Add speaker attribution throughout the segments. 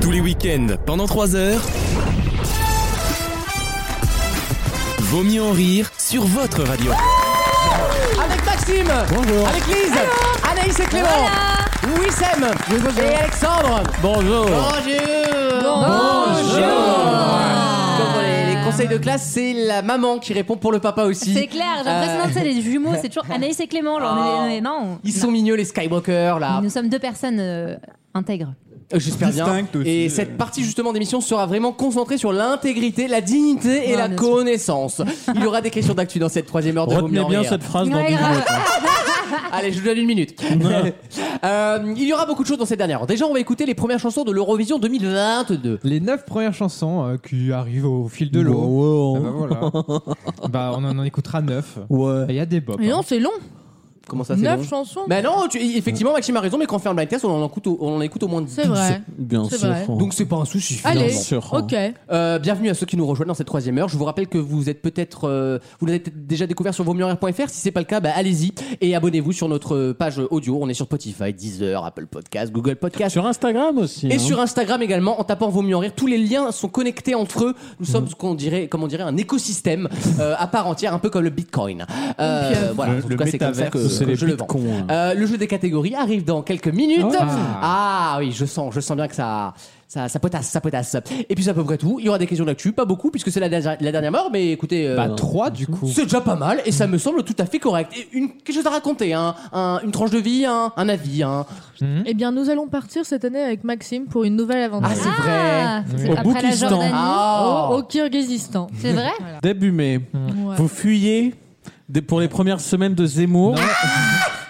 Speaker 1: Tous les week-ends, pendant 3 heures. Vaut mieux en rire sur votre radio.
Speaker 2: Avec Maxime
Speaker 3: Bonjour.
Speaker 2: Avec Lise Anaïs et Clément Wissem Et Alexandre
Speaker 3: Bonjour.
Speaker 2: Bonjour Comme dans les, les conseils de classe, c'est la maman qui répond pour le papa aussi.
Speaker 4: C'est clair, j'ai l'impression que c'est les jumeaux, c'est toujours Anaïs et Clément. Genre,
Speaker 2: Euh, Ah.
Speaker 4: mais- mais non,
Speaker 2: Ils sont mignons les Skywalker là.
Speaker 4: nous sommes deux personnes euh, intègres.
Speaker 2: Euh, J'espère bien.
Speaker 3: Distinctes aussi,
Speaker 2: Et
Speaker 3: euh.
Speaker 2: cette partie justement d'émission sera vraiment concentrée sur l'intégrité, la dignité et
Speaker 4: Ouais,
Speaker 2: la
Speaker 4: Ah, bien sûr.
Speaker 2: connaissance. Il y aura des questions d'actu dans cette troisième heure de Vaut mieux
Speaker 3: Retenez
Speaker 2: en
Speaker 3: bien
Speaker 2: rire.
Speaker 3: cette phrase dans
Speaker 4: Ouais,
Speaker 3: 10
Speaker 4: grave.
Speaker 3: minutes. hein.
Speaker 2: Allez, je vous donne une minute. Euh, il y aura beaucoup de choses dans cette dernière. heure. Déjà, on va écouter les premières chansons de l'Eurovision 2022.
Speaker 5: Les neuf premières chansons euh, qui arrivent au fil de l'eau. Ah bah voilà. bah on en en écoutera neuf.
Speaker 3: Ouais.
Speaker 5: Il y a des bops.
Speaker 6: Mais
Speaker 5: hein.
Speaker 6: non, c'est long.
Speaker 2: Comment ça, Ah, c'est long
Speaker 6: Neuf chansons.
Speaker 2: Bah non, tu- effectivement, Maxime a raison, mais quand on fait un blind test, on en écoute au, on en écoute au moins 10.
Speaker 6: C'est vrai.
Speaker 3: Bien
Speaker 6: C'est
Speaker 3: sûr.
Speaker 6: vrai.
Speaker 3: hein.
Speaker 2: Donc c'est pas un souci. finalement.
Speaker 6: Allez.
Speaker 3: sûr, hein.
Speaker 6: Ok.
Speaker 2: Euh, bienvenue à ceux qui nous rejoignent dans cette troisième heure. Je vous rappelle que vous êtes peut-être, euh, vous l'avez peut-être déjà découvert sur vosmieux-en-rire.fr. Si c'est pas le cas, bah, allez-y et abonnez-vous sur notre page audio. On est sur Spotify, Deezer, Apple Podcast, Google Podcast.
Speaker 3: sur Instagram aussi.
Speaker 2: Et
Speaker 3: hein.
Speaker 2: sur Instagram également, en tapant Vaut mieux en rire, tous les liens sont connectés entre eux. Nous sommes ce qu'on dirait, comme on dirait, un écosystème euh, à part entière, un peu comme le Bitcoin. Euh,
Speaker 6: Une pieuvre.
Speaker 2: voilà,
Speaker 3: Le-
Speaker 2: en tout
Speaker 3: le
Speaker 2: cas, c'est comme ça que,
Speaker 3: métaverse, c'est
Speaker 2: que
Speaker 3: les
Speaker 2: je le vends.
Speaker 3: bitcoins, hein.
Speaker 2: Euh, le jeu des catégories arrive dans quelques minutes. Ah,
Speaker 5: Ah.
Speaker 2: oui, je sens, je sens bien que ça, ça, ça potasse, ça potasse. Et puis c'est à peu près tout. Il y aura des questions d'actu, pas beaucoup puisque c'est la, dernière- la dernière mort, mais écoutez. euh,
Speaker 5: Bah trois du coup.
Speaker 2: c'est déjà pas mal et ça me semble tout à fait correct. Et une, quelque chose à raconter, hein, un- une tranche de vie, un, un avis. Hein.
Speaker 6: Eh bien, nous allons partir cette année avec Maxime pour une nouvelle aventure.
Speaker 2: Ah, c'est vrai.
Speaker 4: Ah, c'est
Speaker 3: Au
Speaker 4: après la
Speaker 3: Boukistan.
Speaker 4: Jordanie. Oh,
Speaker 2: Ah.
Speaker 6: Au, au Kirghizistan.
Speaker 4: C'est vrai
Speaker 3: Début mai,
Speaker 6: Ouais.
Speaker 3: vous fuyez des- pour les premières semaines de Zemmour.
Speaker 5: Non.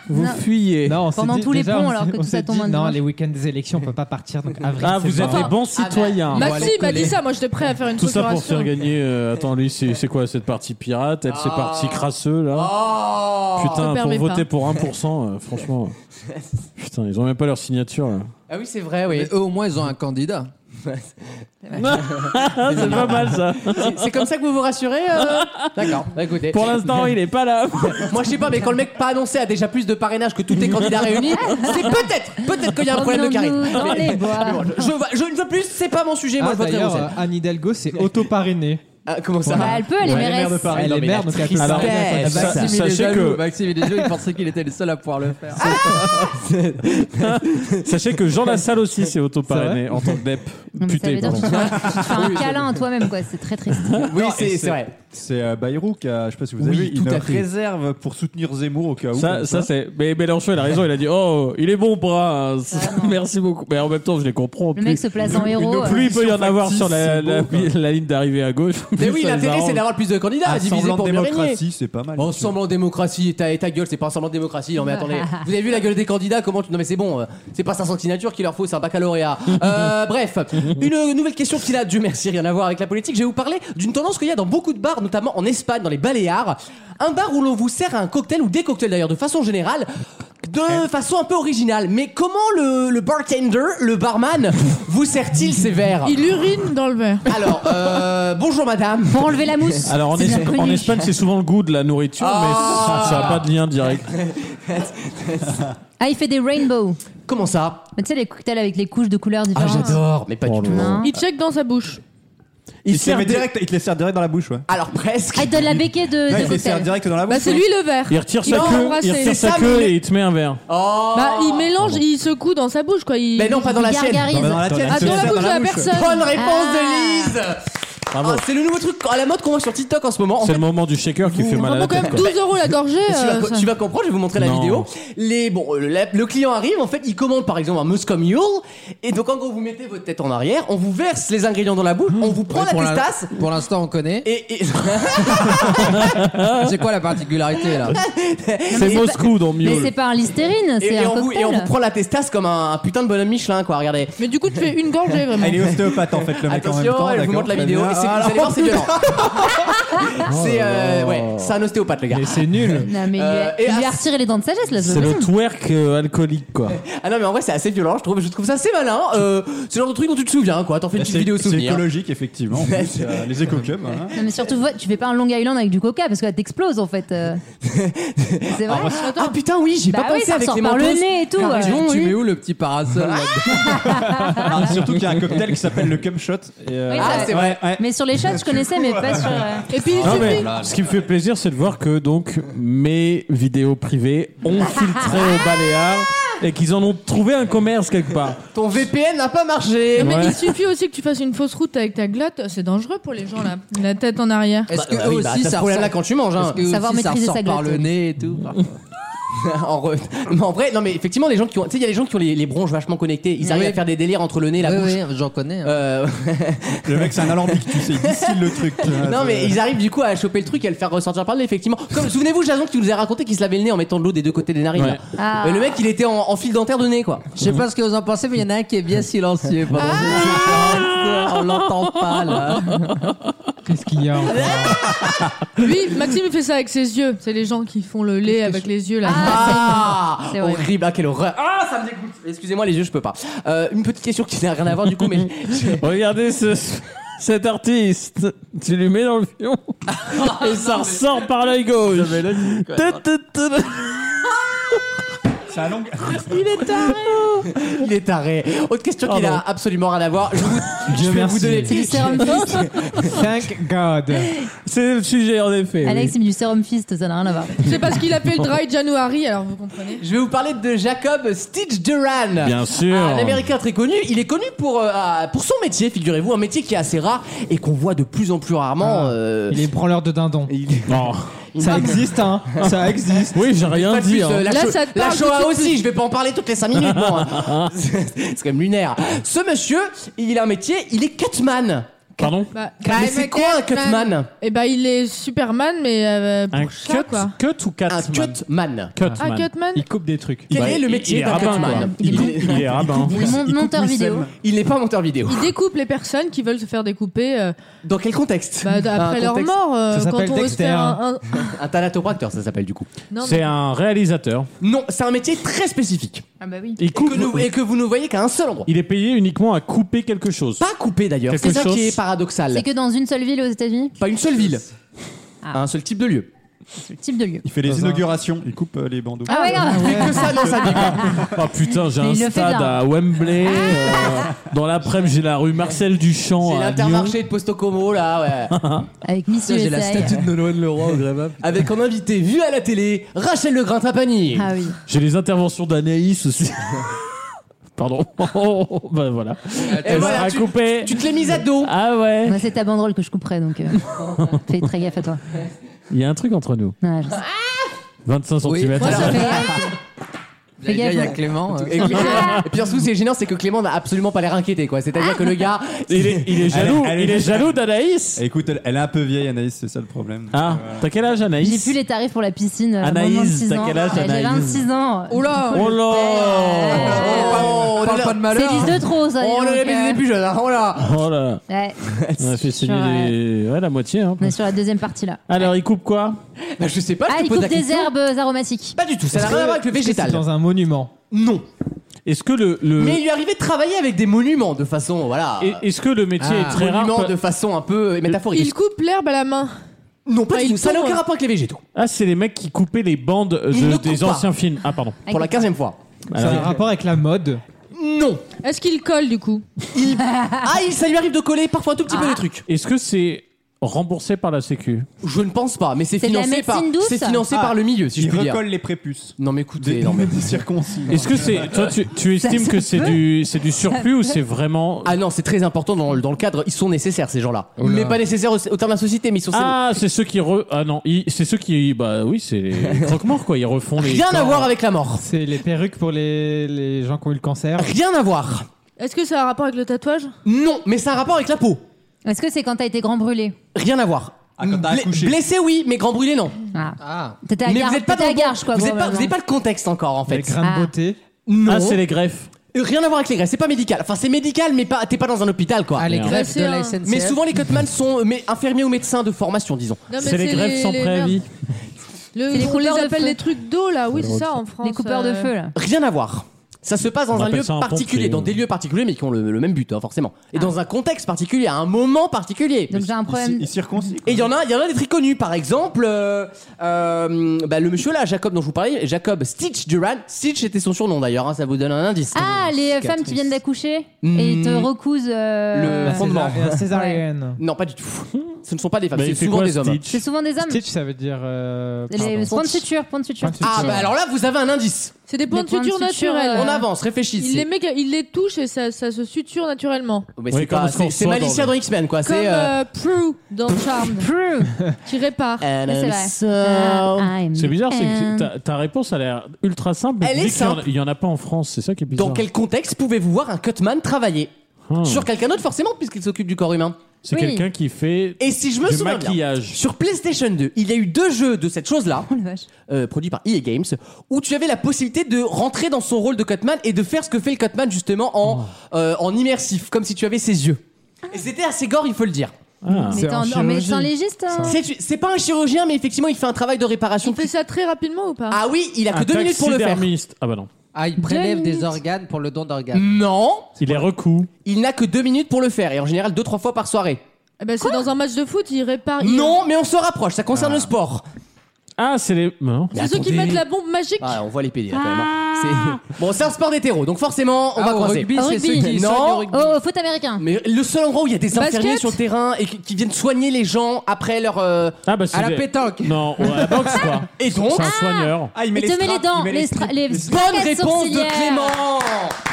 Speaker 3: Vous
Speaker 4: Non.
Speaker 3: fuyez.
Speaker 5: Non, on s'est
Speaker 4: Pendant
Speaker 5: dit-
Speaker 4: tous les
Speaker 5: déjà,
Speaker 4: ponts,
Speaker 5: on
Speaker 4: alors
Speaker 5: s'est-
Speaker 4: que
Speaker 5: on
Speaker 4: tout ça
Speaker 5: s'est
Speaker 4: tombe
Speaker 5: dit,
Speaker 4: un
Speaker 5: Non,
Speaker 4: dimanche.
Speaker 5: les week-ends des élections, on peut pas partir. Donc avril.
Speaker 3: Ah,
Speaker 5: c'est
Speaker 3: vous êtes
Speaker 5: mort.
Speaker 3: des bons citoyens.
Speaker 6: Maxime a dit ça. Moi, j'étais prêt à faire une
Speaker 3: Tout ça pour
Speaker 6: procuration.
Speaker 3: faire gagner. euh, attends, lui, c'est c'est quoi cette partie pirate Elle, c'est
Speaker 2: Ah.
Speaker 3: partie crasseux, là.
Speaker 2: Oh
Speaker 3: Putain,
Speaker 6: Ça
Speaker 3: pour
Speaker 6: permet
Speaker 3: voter
Speaker 6: pas.
Speaker 3: pour 1%, euh, franchement. Putain, ils ont même pas leur signature, là.
Speaker 2: Ah oui, c'est vrai, oui.
Speaker 7: Mais eux, au moins, ils ont un candidat.
Speaker 3: c'est pas mal, ça.
Speaker 2: C'est- C'est comme ça que vous vous rassurez euh D'accord, bah, écoutez.
Speaker 3: Pour l'instant, il est pas là.
Speaker 2: Moi, je sais pas, mais quand le mec pas annoncé a déjà plus de parrainage que tous les candidats réunis, c'est peut-être, peut-être qu'il y a un problème de charisme.
Speaker 4: Promenons-nous dans les bois.
Speaker 2: Mais bon, je, je- je ne veux plus, c'est pas mon sujet, moi
Speaker 5: Ah,
Speaker 2: je voterai
Speaker 5: d'ailleurs,
Speaker 2: Roussel.
Speaker 5: euh, Anne Hidalgo, c'est auto-parrainée.
Speaker 2: Ah,
Speaker 7: euh,
Speaker 2: comment ça
Speaker 4: Bah, elle peut, elle est
Speaker 5: Ouais,
Speaker 4: mairesse.
Speaker 5: de Paris. Elle
Speaker 2: Non,
Speaker 5: est
Speaker 2: mais
Speaker 5: maire,
Speaker 2: la
Speaker 5: donc elle peut-
Speaker 2: tristesse.
Speaker 5: Ah, bah,
Speaker 3: Ça-
Speaker 7: Maxime, il est
Speaker 3: sachez
Speaker 7: jaloux.
Speaker 3: que-
Speaker 7: Maxime, il est jaloux, il pensait qu'il était le seul à pouvoir le faire.
Speaker 3: Sachez que Jean Lassalle aussi s'est auto-parrainé
Speaker 5: C'est
Speaker 3: en tant que
Speaker 4: Non,
Speaker 3: DEP.
Speaker 4: mais ça
Speaker 3: Putain,
Speaker 4: veut dire que
Speaker 3: pardon.
Speaker 4: tu te fais- tu te fais un câlin à toi-même, quoi. C'est très triste.
Speaker 2: Oui,
Speaker 8: Non,
Speaker 2: c'est-
Speaker 8: et
Speaker 2: c'est vrai.
Speaker 8: C'est euh, Bayrou qui a, je sais pas si vous avez
Speaker 2: Oui,
Speaker 8: vu,
Speaker 2: tout
Speaker 8: une
Speaker 2: à fait.
Speaker 8: réserve pour soutenir Zemmour au
Speaker 2: Ah
Speaker 8: cas où.
Speaker 3: Ça,
Speaker 8: comme
Speaker 3: ça c'est. Mais Mélenchon, il a raison, il a dit Oh, il est bon bras, hein. merci beaucoup. Mais en même temps, je les comprends.
Speaker 4: Ah Le
Speaker 3: plus-
Speaker 4: mec se place en
Speaker 8: euh,
Speaker 4: héros.
Speaker 3: plus il peut y en avoir sur la,
Speaker 8: factice,
Speaker 3: la-
Speaker 8: c'est beau, quoi.
Speaker 3: la ligne d'arrivée à gauche.
Speaker 2: Mais oui,
Speaker 3: Ça les
Speaker 2: l'intérêt,
Speaker 3: arrange.
Speaker 2: c'est d'avoir le plus de candidats à
Speaker 8: Un
Speaker 2: diviser
Speaker 8: semblant
Speaker 2: pour
Speaker 8: de
Speaker 2: mieux régner.
Speaker 8: démocratie, c'est pas mal.
Speaker 2: Oh, semblant de démocratie, et ta, et ta gueule, c'est pas un semblant de démocratie. Non, mais attendez, vous avez vu la gueule des candidats Comment tu- Non, mais c'est bon, euh, c'est pas 500 signatures qu'il leur faut, c'est un baccalauréat. Euh, bref, une nouvelle question qui n'a, Dieu merci, rien à voir avec la politique. Je vais vous parler d'une tendance qu'il y a dans beaucoup de bars, notamment en Espagne, dans les Baléares. Un bar où l'on vous sert un cocktail ou des cocktails d'ailleurs, de façon générale. De façon un peu originale, mais comment le, le bartender, le barman, vous sert-il ces verres
Speaker 6: Il urine dans le verre.
Speaker 2: Alors, euh, bonjour madame.
Speaker 4: Pour enlever la mousse.
Speaker 3: Alors en,
Speaker 4: C'est bien
Speaker 3: Espa-
Speaker 4: connu.
Speaker 3: en Espagne, c'est souvent le goût de la nourriture,
Speaker 2: Ah.
Speaker 3: mais ça n'a pas de lien direct.
Speaker 4: Ah, il fait des rainbow.
Speaker 2: Comment ça
Speaker 4: Mais Tu sais, les cocktails avec les couches de couleurs
Speaker 2: Ah,
Speaker 4: différentes.
Speaker 2: j'adore, mais pas du tout.
Speaker 3: Hein
Speaker 4: Non.
Speaker 6: Il check dans sa bouche.
Speaker 3: Ah,
Speaker 8: Il, te les
Speaker 3: sert
Speaker 8: met
Speaker 3: des-
Speaker 8: direct, il te les sert direct dans la bouche, ouais.
Speaker 2: Alors presque.
Speaker 4: Ah, il donne la béquée de,
Speaker 8: Non,
Speaker 4: de
Speaker 8: il te les sert
Speaker 4: cocktail.
Speaker 8: direct dans la bouche.
Speaker 6: Bah, c'est lui le verre.
Speaker 3: Il retire
Speaker 6: Il
Speaker 3: sa
Speaker 6: va
Speaker 3: queue,
Speaker 6: l'embrasser.
Speaker 3: il retire
Speaker 2: C'est
Speaker 3: sa
Speaker 2: ça,
Speaker 3: queue
Speaker 2: mais-
Speaker 3: et Ah, il te met un verre.
Speaker 2: Oh
Speaker 6: Bah, il mélange, il secoue dans sa bouche, quoi. Il...
Speaker 2: Mais non, pas dans la sienne.
Speaker 4: Gargarise.
Speaker 8: Non, bah, dans la tienne,
Speaker 6: Ah,
Speaker 8: il te
Speaker 6: dans
Speaker 8: les
Speaker 6: la
Speaker 8: sert
Speaker 6: bouche de la
Speaker 2: Bonne
Speaker 6: personne.
Speaker 2: réponse
Speaker 4: Ah.
Speaker 2: de Lise
Speaker 3: Bravo.
Speaker 2: Ah, C'est le nouveau truc à la mode qu'on voit sur TikTok en ce moment. En
Speaker 3: C'est
Speaker 2: fait,
Speaker 3: le moment du shaker qui fait mal à
Speaker 6: Vraiment,
Speaker 3: la
Speaker 6: quand
Speaker 3: tête.
Speaker 6: même
Speaker 3: quoi.
Speaker 6: 12 euros la gorgée.
Speaker 2: tu,
Speaker 6: euh,
Speaker 2: vas,
Speaker 6: ça-
Speaker 2: tu vas comprendre, je vais vous montrer la
Speaker 3: Non.
Speaker 2: vidéo. Les, bon, euh, le, la- le client arrive, en fait, il commande par exemple un Moscow Mule. Et donc, en gros, vous mettez votre tête en arrière, on vous verse les ingrédients dans la bouche, on vous prend
Speaker 7: Ouais, pour
Speaker 2: la
Speaker 7: la-
Speaker 2: testasse.
Speaker 7: Pour l'instant, on connaît.
Speaker 2: Et, et-
Speaker 7: C'est quoi la particularité là
Speaker 3: C'est Moscou dans
Speaker 4: Mais
Speaker 3: Mule.
Speaker 4: c'est pas un listerine,
Speaker 2: et-
Speaker 4: c'est
Speaker 2: et
Speaker 4: un
Speaker 2: on vous, et on vous
Speaker 4: cocktail.
Speaker 2: prend la testasse comme un, un putain de bonhomme Michelin, quoi. Regardez.
Speaker 6: Mais du coup, tu fais une gorgée, vraiment.
Speaker 8: Ah, il est ostéopathe en fait, le mec en même
Speaker 2: Attention,
Speaker 8: temps.
Speaker 2: elle vous
Speaker 8: d'accord.
Speaker 2: montre la
Speaker 8: Très
Speaker 2: vidéo.
Speaker 8: bien.
Speaker 2: Et c'est-
Speaker 8: Ah,
Speaker 2: vous allez voir, c'est violent. C'est euh, ouais, c'est un ostéopathe le gars.
Speaker 5: Mais c'est nul.
Speaker 4: Non, mais il lui a-
Speaker 2: Euh, et
Speaker 4: il lui
Speaker 2: à-
Speaker 4: a retiré les dents de sagesse, là, c'est
Speaker 3: C'est
Speaker 4: pas
Speaker 3: le
Speaker 4: possible.
Speaker 3: twerk euh, alcoolique, quoi.
Speaker 2: Ah non mais en vrai c'est assez violent, je trouve, je trouve ça assez malin. Euh, c'est le genre de truc dont tu te souviens quoi, t'en fais une petite
Speaker 8: C'est
Speaker 2: vidéo
Speaker 8: c'est
Speaker 2: souvenir.
Speaker 8: écologique, effectivement. C'est, euh, les éco-clubs. hein.
Speaker 4: Non, mais surtout, ouais, tu fais pas un Long Island avec du coca parce que là, t'exploses en fait. euh. c'est vrai.
Speaker 2: Ah putain oui, j'ai
Speaker 4: Bah
Speaker 2: pas
Speaker 4: oui,
Speaker 2: pensé
Speaker 4: ça
Speaker 2: avec
Speaker 4: ressort
Speaker 2: les
Speaker 4: par le
Speaker 2: menteuses.
Speaker 4: nez et tout. ouais.
Speaker 2: Carrément,
Speaker 7: Tu
Speaker 2: oui.
Speaker 7: mets où le petit parasol là
Speaker 8: Ah, surtout qu'il y a un cocktail qui s'appelle le cum shot. Et, euh,
Speaker 4: Oui, ça-
Speaker 2: Ah c'est vrai.
Speaker 4: Mais sur les shots, je connaissais, mais pas sur. euh,
Speaker 6: Et puis il
Speaker 3: Non, mais
Speaker 6: suffit.
Speaker 3: ce qui me fait plaisir, c'est de voir que donc mes vidéos privées ont filtré au Baléares et qu'ils en ont trouvé un commerce quelque part.
Speaker 2: Ton VPN n'a pas marché.
Speaker 6: Non, mais
Speaker 3: Ouais.
Speaker 6: il suffit aussi que tu fasses une fausse route avec ta glotte, c'est dangereux pour les gens là, la tête en arrière.
Speaker 7: Est-ce que
Speaker 2: Bah,
Speaker 7: eux
Speaker 2: oui, bah,
Speaker 7: aussi
Speaker 2: t'as ce
Speaker 7: ça
Speaker 2: problème là
Speaker 7: ressort
Speaker 2: quand tu manges hein.
Speaker 7: Est-ce que eux
Speaker 4: Savoir
Speaker 7: aussi, ça
Speaker 4: maîtriser
Speaker 7: ressort
Speaker 4: sa
Speaker 7: par
Speaker 4: glotte.
Speaker 7: le nez et tout
Speaker 2: en, re- Mais en vrai, non mais effectivement les gens qui ont, tu sais il y a les gens qui ont les, les bronches vachement connectées, ils arrivent
Speaker 7: Oui.
Speaker 2: à faire des délires entre le nez et la
Speaker 7: Oui,
Speaker 2: bouche.
Speaker 7: oui, j'en connais. hein.
Speaker 2: Euh,
Speaker 8: Le mec, c'est un alambic, tu sais, il distille le truc. tu vois,
Speaker 2: Ah, non
Speaker 8: c'est-
Speaker 2: mais ils arrivent du coup à choper le truc et à le faire ressortir par le nez effectivement. Comme souvenez-vous Jason que tu nous as raconté qu'il se lavait le nez en mettant de l'eau des deux côtés des narines.
Speaker 3: Ouais.
Speaker 2: là.
Speaker 4: Ah.
Speaker 2: Mais le mec il était en, en fil dentaire de nez quoi. Oh,
Speaker 7: Je sais pas ce que vous en pensez, mais il y en a un qui est bien silencieux pendant cette séquence. On l'entend pas là.
Speaker 5: Qu'est-ce qu'il y a encore
Speaker 6: Lui, Maxime, il fait ça avec ses yeux. C'est les gens qui font le lait avec les yeux là.
Speaker 2: Ah,
Speaker 4: c'est vrai.
Speaker 2: horrible, ah, quelle horreur. Ah, ça me dégoûte. Excusez-moi, les yeux, je peux pas. Euh, une petite question qui n'a rien à voir du coup, mais
Speaker 3: Regardez ce, cet artiste, tu lui mets dans le fion et ça ressort par l'œil gauche. Tut, tut, tut.
Speaker 8: C'est un long.
Speaker 2: il est taré. Autre question qui
Speaker 3: Pardon.
Speaker 2: n'a absolument rien à voir. Je, vous, je vais
Speaker 5: merci.
Speaker 2: vous donner.
Speaker 4: C'est du sérum fist.
Speaker 5: Thank God.
Speaker 3: C'est le sujet en effet.
Speaker 4: Alex, il met du sérum fist, ça n'a rien à voir.
Speaker 6: C'est parce qu'il a fait le dry January, alors vous comprenez.
Speaker 2: Je vais vous parler de Jacob Stitch Duran.
Speaker 3: oui. Bien sûr.
Speaker 2: Ah, L'américain très connu, il est connu pour, euh, ah, pour son métier, figurez-vous, un métier qui est assez rare et qu'on voit de plus en plus rarement.
Speaker 5: Ah.
Speaker 2: euh,
Speaker 5: Il est branleur de dindon.
Speaker 3: Oh.
Speaker 5: Ça existe, hein. Ça existe.
Speaker 3: Oui, j'ai rien
Speaker 2: Pas de
Speaker 3: dit.
Speaker 2: plus,
Speaker 3: hein.
Speaker 2: euh, la,
Speaker 6: Là,
Speaker 2: Shoah-
Speaker 6: ça te
Speaker 2: la
Speaker 6: parle tout de
Speaker 2: Shoah
Speaker 6: suite
Speaker 2: aussi,
Speaker 6: plus.
Speaker 2: je vais pas en parler toutes les 5 minutes. moi. c'est c'est quand même lunaire. Ce monsieur, il a un métier, il est cutman.
Speaker 3: Pardon
Speaker 6: Bah,
Speaker 2: Mais c'est quoi un cutman
Speaker 6: Eh ben, il est Superman, mais euh, pour
Speaker 3: Un
Speaker 6: chat,
Speaker 3: cut,
Speaker 6: quoi.
Speaker 3: cut ou cut
Speaker 2: Un cutman.
Speaker 6: Ah, Cutman
Speaker 5: Il coupe des trucs.
Speaker 2: Quel
Speaker 3: Bah,
Speaker 2: est le
Speaker 3: il-
Speaker 2: métier
Speaker 3: il est
Speaker 2: d'un
Speaker 3: rabbin,
Speaker 2: cutman
Speaker 3: quoi.
Speaker 2: Il
Speaker 3: Il
Speaker 2: est-
Speaker 3: est, il est rabbin.
Speaker 4: Mon- monteur vidéo.
Speaker 2: Il n'est pas monteur vidéo.
Speaker 6: Il découpe les personnes qui veulent se faire découper euh,
Speaker 2: Dans quel contexte
Speaker 4: Ah,
Speaker 6: bah, d- après
Speaker 2: Un
Speaker 6: leur
Speaker 2: contexte-
Speaker 6: mort. euh,
Speaker 5: Ça
Speaker 6: quand
Speaker 5: s'appelle
Speaker 6: on veut se
Speaker 5: Dexter,
Speaker 6: faire un.
Speaker 5: hein.
Speaker 6: un-
Speaker 2: Un thanatopracteur, ça s'appelle du coup.
Speaker 6: Non,
Speaker 3: C'est
Speaker 6: mais...
Speaker 3: un réalisateur.
Speaker 2: Non, c'est un métier très spécifique.
Speaker 4: Ah bah oui.
Speaker 3: Il
Speaker 2: Et
Speaker 3: coupe.
Speaker 2: que, nous- et que vous ne voyez qu'à un seul endroit.
Speaker 3: Il est payé uniquement à couper quelque chose.
Speaker 2: Pas coupé d'ailleurs,
Speaker 3: Quelque
Speaker 2: c'est ça
Speaker 3: chose-
Speaker 2: qui est paradoxal.
Speaker 4: C'est que dans une seule ville aux États-Unis,
Speaker 2: Pas une seule ville,
Speaker 4: Ah.
Speaker 2: un seul type de lieu.
Speaker 4: c'est le type de lieu.
Speaker 8: Il fait les inaugurations, il coupe euh, les bandeaux.
Speaker 4: Ah ouais, regarde.
Speaker 2: Que ça dans sa vie.
Speaker 3: Oh putain, j'ai
Speaker 4: Mais
Speaker 3: un
Speaker 4: il le fait
Speaker 3: stade
Speaker 4: bien. Ah.
Speaker 3: à Wembley. euh, dans l'après-midi, j'ai la rue Marcel Duchamp
Speaker 2: C'est
Speaker 3: à Lyon.
Speaker 2: l'intermarché de Postocomo là, ouais.
Speaker 4: Avec Miss
Speaker 7: J'ai la
Speaker 4: USA.
Speaker 7: statue de Nolwenn Leroy au Grévin.
Speaker 2: Avec comme invité vu à la télé Rachel Le Grain Trapani.
Speaker 4: Ah oui.
Speaker 3: J'ai les interventions d'Anaïs aussi. Pardon. ben voilà.
Speaker 2: Et
Speaker 3: Elle
Speaker 2: voilà,
Speaker 3: sera
Speaker 2: tu,
Speaker 3: coupée.
Speaker 2: tu te l'es mise à dos.
Speaker 3: Ah ouais.
Speaker 4: Moi, Bah, c'est ta banderole que je couperais, donc euh, fais très gaffe à toi.
Speaker 3: Il y a un truc entre nous.
Speaker 4: Ouais, je sais.
Speaker 3: 25 cm.
Speaker 7: Moi, ça fait-
Speaker 4: Fais
Speaker 7: Il y a- il y a
Speaker 4: gaffe.
Speaker 7: Clément. euh,
Speaker 2: Et, puis- et puis surtout, ce qui est gênant, c'est que Clément n'a absolument pas l'air inquiété, quoi. C'est-à-dire que le gars,
Speaker 3: Il est, il est jaloux.
Speaker 8: Elle est- elle est-
Speaker 3: il est jaloux d'Anaïs.
Speaker 8: Écoute, elle, elle est un peu vieille, Anaïs, c'est ça le problème. Euh,
Speaker 3: Ah, t'as quel âge, Anaïs
Speaker 4: J'ai plus les tarifs pour la piscine. euh,
Speaker 3: Anaïs,
Speaker 4: moins de 26
Speaker 3: t'as
Speaker 4: ans.
Speaker 3: quel âge,
Speaker 4: Ouais, J'ai
Speaker 3: Anaïs
Speaker 4: 26 ans.
Speaker 6: Oh là
Speaker 3: Oh
Speaker 2: Oh,
Speaker 3: là
Speaker 2: on
Speaker 7: On
Speaker 2: est
Speaker 7: parle
Speaker 2: là-
Speaker 7: pas de
Speaker 4: C'est
Speaker 7: malheur.
Speaker 4: juste de trop, ça.
Speaker 2: on a
Speaker 4: dis donc,
Speaker 2: les
Speaker 4: euh,
Speaker 2: des plus jeunes. hein. Oh là.
Speaker 3: Oh là.
Speaker 4: Ouais,
Speaker 3: On a fait
Speaker 4: Sur,
Speaker 3: signer les- ouais, la moitié. hein.
Speaker 4: on est sur la deuxième partie là.
Speaker 3: Alors, il coupe quoi
Speaker 2: Bah, je sais pas.
Speaker 4: Ah,
Speaker 2: je te
Speaker 4: il
Speaker 2: pose
Speaker 4: coupe
Speaker 2: la
Speaker 4: des
Speaker 2: question.
Speaker 4: herbes aromatiques.
Speaker 2: Pas du tout. Ça n'a rien à voir avec le végétal.
Speaker 5: C'est dans un monument.
Speaker 2: Non.
Speaker 3: Est-ce que le, le-
Speaker 2: Mais il lui arrivait de travailler avec des monuments de façon, voilà.
Speaker 3: est- est-ce que le métier est très rare
Speaker 2: monuments
Speaker 3: pa-
Speaker 2: Ah. de façon un peu euh, métaphorique.
Speaker 6: Il coupe l'herbe à la main.
Speaker 2: Non, pas
Speaker 6: Bah,
Speaker 2: du
Speaker 6: il
Speaker 2: tout. Ça n'a
Speaker 6: tombe.
Speaker 2: aucun rapport avec les végétaux.
Speaker 3: Ah, c'est les mecs qui coupaient les bandes euh,
Speaker 2: Ils
Speaker 3: de-
Speaker 2: ne coupent
Speaker 3: des
Speaker 2: pas.
Speaker 3: anciens films. Ah, pardon.
Speaker 2: Pour la 15 fois.
Speaker 5: Ça a
Speaker 3: Alors,
Speaker 5: un rapport avec la mode.
Speaker 2: Non.
Speaker 6: Est-ce qu'il colle du coup
Speaker 2: Ah, il- ça lui arrive de coller parfois un tout petit peu les trucs.
Speaker 3: Est-ce que c'est remboursé par la Sécu
Speaker 2: Je ne pense pas, mais c'est
Speaker 4: C'est de la
Speaker 2: financé par
Speaker 4: médecine douce
Speaker 2: c'est financé par le milieu, si je
Speaker 8: Ah. il
Speaker 2: puis dire.
Speaker 8: recolle les prépuces.
Speaker 2: Non, mais écoutez, non mais
Speaker 8: circoncis.
Speaker 3: Est-ce que c'est toi tu, tu estimes
Speaker 4: se
Speaker 3: que c'est
Speaker 4: peut.
Speaker 3: du c'est du surplus ou c'est vraiment
Speaker 2: ah non, c'est très important dans, le- dans le cadre. Ils sont nécessaires ces gens-là,
Speaker 7: là.
Speaker 8: Oh
Speaker 2: mais pas nécessaires au, au terme de la société, mais ils sont.
Speaker 3: ah c'est ceux qui re... ah non ils- c'est ceux qui bah oui c'est les croque-morts quoi ils refont les
Speaker 2: Rien à
Speaker 3: corps.
Speaker 2: voir avec la mort.
Speaker 5: C'est les perruques pour les, les gens qui ont eu le cancer.
Speaker 2: Rien à voir.
Speaker 6: Est-ce que ça a un rapport avec le tatouage
Speaker 2: Non, mais ça a un rapport avec la peau.
Speaker 4: Est-ce que c'est quand t'as été grand brûlé
Speaker 2: Rien à voir.
Speaker 8: Ah, quand t'as
Speaker 2: Bla-
Speaker 8: accouché.
Speaker 2: blessé, oui, mais grand brûlé, non.
Speaker 4: Ah.
Speaker 7: Ah,
Speaker 4: T'étais à
Speaker 2: mais
Speaker 4: Garges-
Speaker 2: vous n'êtes pas
Speaker 4: t'étais
Speaker 2: dans
Speaker 4: à
Speaker 2: le bon-
Speaker 4: Garges, quoi.
Speaker 2: Vous n'êtes pas,
Speaker 4: probablement.
Speaker 2: vous avez pas le contexte encore, en
Speaker 5: Les
Speaker 2: fait.
Speaker 5: grains
Speaker 4: Ah.
Speaker 5: de beauté.
Speaker 2: Non.
Speaker 3: ah c'est les greffes
Speaker 2: Rien à voir avec les grèves, c'est pas médical. Enfin, c'est médical, mais pas, t'es pas dans un hôpital, quoi.
Speaker 7: Ah, les
Speaker 3: Merde.
Speaker 7: greffes
Speaker 6: Bah, c'est
Speaker 7: de
Speaker 6: un-
Speaker 7: la SNCF.
Speaker 2: mais souvent, les cutman sont euh, mais infirmiers ou médecins de formation, disons.
Speaker 6: Non, mais
Speaker 3: C'est les grèves sans
Speaker 6: les-
Speaker 3: préavis.
Speaker 6: Le-
Speaker 4: C'est les
Speaker 6: on les
Speaker 4: coupeurs de
Speaker 6: appelle
Speaker 4: feu.
Speaker 6: les trucs d'eau là, oui, c'est ça en France.
Speaker 4: Les coupeurs de
Speaker 6: euh,
Speaker 4: feu, là.
Speaker 2: Rien à voir. Ça se passe dans
Speaker 3: On
Speaker 2: un
Speaker 3: appelle
Speaker 2: lieu
Speaker 3: ça un
Speaker 2: particulier,
Speaker 3: pompier,
Speaker 2: dans
Speaker 3: oui.
Speaker 2: des lieux particuliers, mais qui ont le, le même but, hein, forcément. Et dans un contexte particulier, à un moment particulier.
Speaker 4: Ah. Donc j'ai un problème.
Speaker 8: Il circoncis.
Speaker 2: Et il y en a, il y en a des très connus. Par exemple, euh, euh, bah, le monsieur là, Jacob dont je vous parlais, Jacob Stitch Duran. Stitch était son surnom d'ailleurs. hein, ça vous donne un indice.
Speaker 4: Ah, les euh, femmes qui viennent d'accoucher et ils te
Speaker 2: Hmm.
Speaker 4: recousent. euh,
Speaker 2: Le fondement.
Speaker 5: César- euh, Césarienne.
Speaker 2: Non, pas du tout. Ce ne sont pas des femmes,
Speaker 3: Bah,
Speaker 2: c'est
Speaker 3: il fait
Speaker 2: souvent
Speaker 3: quoi,
Speaker 2: des hommes. hein.
Speaker 3: Stitch
Speaker 4: C'est souvent des hommes.
Speaker 5: Stitch, ça veut dire. euh, pardon.
Speaker 4: Les points de suture, points de suture.
Speaker 5: Points de
Speaker 2: Ah
Speaker 5: C'est-
Speaker 2: bah alors là, vous avez un indice.
Speaker 6: C'est des
Speaker 4: Des
Speaker 6: points de suture
Speaker 4: points de suture,
Speaker 6: naturels.
Speaker 4: euh,
Speaker 2: On avance,
Speaker 6: Il les,
Speaker 2: réfléchissez.
Speaker 6: met, il les touche et ça, ça se suture naturellement.
Speaker 2: Mais
Speaker 3: Oui,
Speaker 2: c'est
Speaker 3: comme
Speaker 2: pas-
Speaker 3: ce qu'on
Speaker 2: c'est- c'est
Speaker 3: sent dans
Speaker 2: Malicia
Speaker 3: le-
Speaker 2: dans X-Men quoi.
Speaker 6: Comme
Speaker 2: C'est. euh,
Speaker 6: euh, Prue dans Charmed,
Speaker 4: Prue.
Speaker 6: qui répare.
Speaker 2: And
Speaker 4: Mais c'est
Speaker 2: I'm
Speaker 4: vrai.
Speaker 2: so-
Speaker 6: Euh,
Speaker 2: euh,
Speaker 4: ah,
Speaker 3: C'est bizarre, c'est que ta, ta réponse a l'air ultra simple. mais
Speaker 2: Elle
Speaker 3: tu
Speaker 2: est
Speaker 3: dis qu'il y en a-
Speaker 2: simple.
Speaker 3: Il y en a pas en France, c'est ça qui est bizarre.
Speaker 2: Dans quel contexte pouvez-vous voir un cutman travailler
Speaker 3: Ah.
Speaker 2: Sur quelqu'un d'autre forcément, puisqu'il s'occupe du corps humain.
Speaker 3: C'est
Speaker 4: Oui.
Speaker 3: quelqu'un qui fait
Speaker 2: Et si je me
Speaker 3: du
Speaker 2: souviens bien,
Speaker 3: maquillage.
Speaker 2: sur PlayStation 2, il y a eu deux jeux de cette chose-là.
Speaker 4: Oh la vache.
Speaker 2: euh, produit par EA Games, où tu avais la possibilité de rentrer dans son rôle de Cutman et de faire ce que fait le Cutman justement
Speaker 3: Hmm.
Speaker 2: en, euh, en immersif, comme si tu avais ses yeux. Et c'était assez gore, il faut le dire.
Speaker 3: Ah.
Speaker 4: Mais
Speaker 5: C'est
Speaker 4: t'es
Speaker 5: en
Speaker 4: en- en
Speaker 5: chirurgie.
Speaker 4: médecin légiste hein
Speaker 2: C'est c'est pas un chirurgien, mais effectivement, il fait un travail de réparation.
Speaker 6: Il fait ça très rapidement ou pas
Speaker 2: Ah oui, il a que
Speaker 3: Un
Speaker 2: deux minutes pour le faire.
Speaker 3: taxidermiste. Ah bah non.
Speaker 7: Ah, ils prélèvent des organes pour le don d'organes.
Speaker 2: Non,
Speaker 3: Il est recou.
Speaker 2: il n'a que deux minutes pour le faire, et en général deux trois fois par soirée.
Speaker 6: Eh ben, C'est dans un match de foot, il répare. il-
Speaker 2: Non, mais on se rapproche, ça concerne le sport.
Speaker 3: Ah, c'est les. Non.
Speaker 2: Mais
Speaker 6: C'est ceux qui
Speaker 2: attendez.
Speaker 6: mettent la bombe magique.
Speaker 2: Ah, on voit les PD là quand même.
Speaker 4: Ah.
Speaker 2: hein. C'est- Bon, c'est un sport d'hétéro, donc forcément, on
Speaker 7: Ah,
Speaker 2: va
Speaker 7: au
Speaker 2: croiser.
Speaker 7: rugby,
Speaker 4: Au
Speaker 7: c'est ceux
Speaker 4: rugby.
Speaker 7: qui
Speaker 2: Non.
Speaker 7: soignent au rugby.
Speaker 4: Oh, foot américain.
Speaker 2: Mais le seul endroit où il y a des
Speaker 6: Basket
Speaker 2: infirmiers sur le terrain et qui, qui viennent soigner les gens après leur. euh,
Speaker 3: Ah bah c'est.
Speaker 7: À la
Speaker 3: des-
Speaker 7: pétanque.
Speaker 3: Non, ouais, à la boxe quoi.
Speaker 2: Et donc,
Speaker 3: C'est un soigneur.
Speaker 8: Ah, il
Speaker 4: Il te met les
Speaker 8: straps,
Speaker 4: dents,
Speaker 8: il met
Speaker 4: les stra-
Speaker 8: straps.
Speaker 4: les
Speaker 2: bonne
Speaker 4: plaquettes
Speaker 2: réponse de
Speaker 4: sourcilières.
Speaker 2: Clément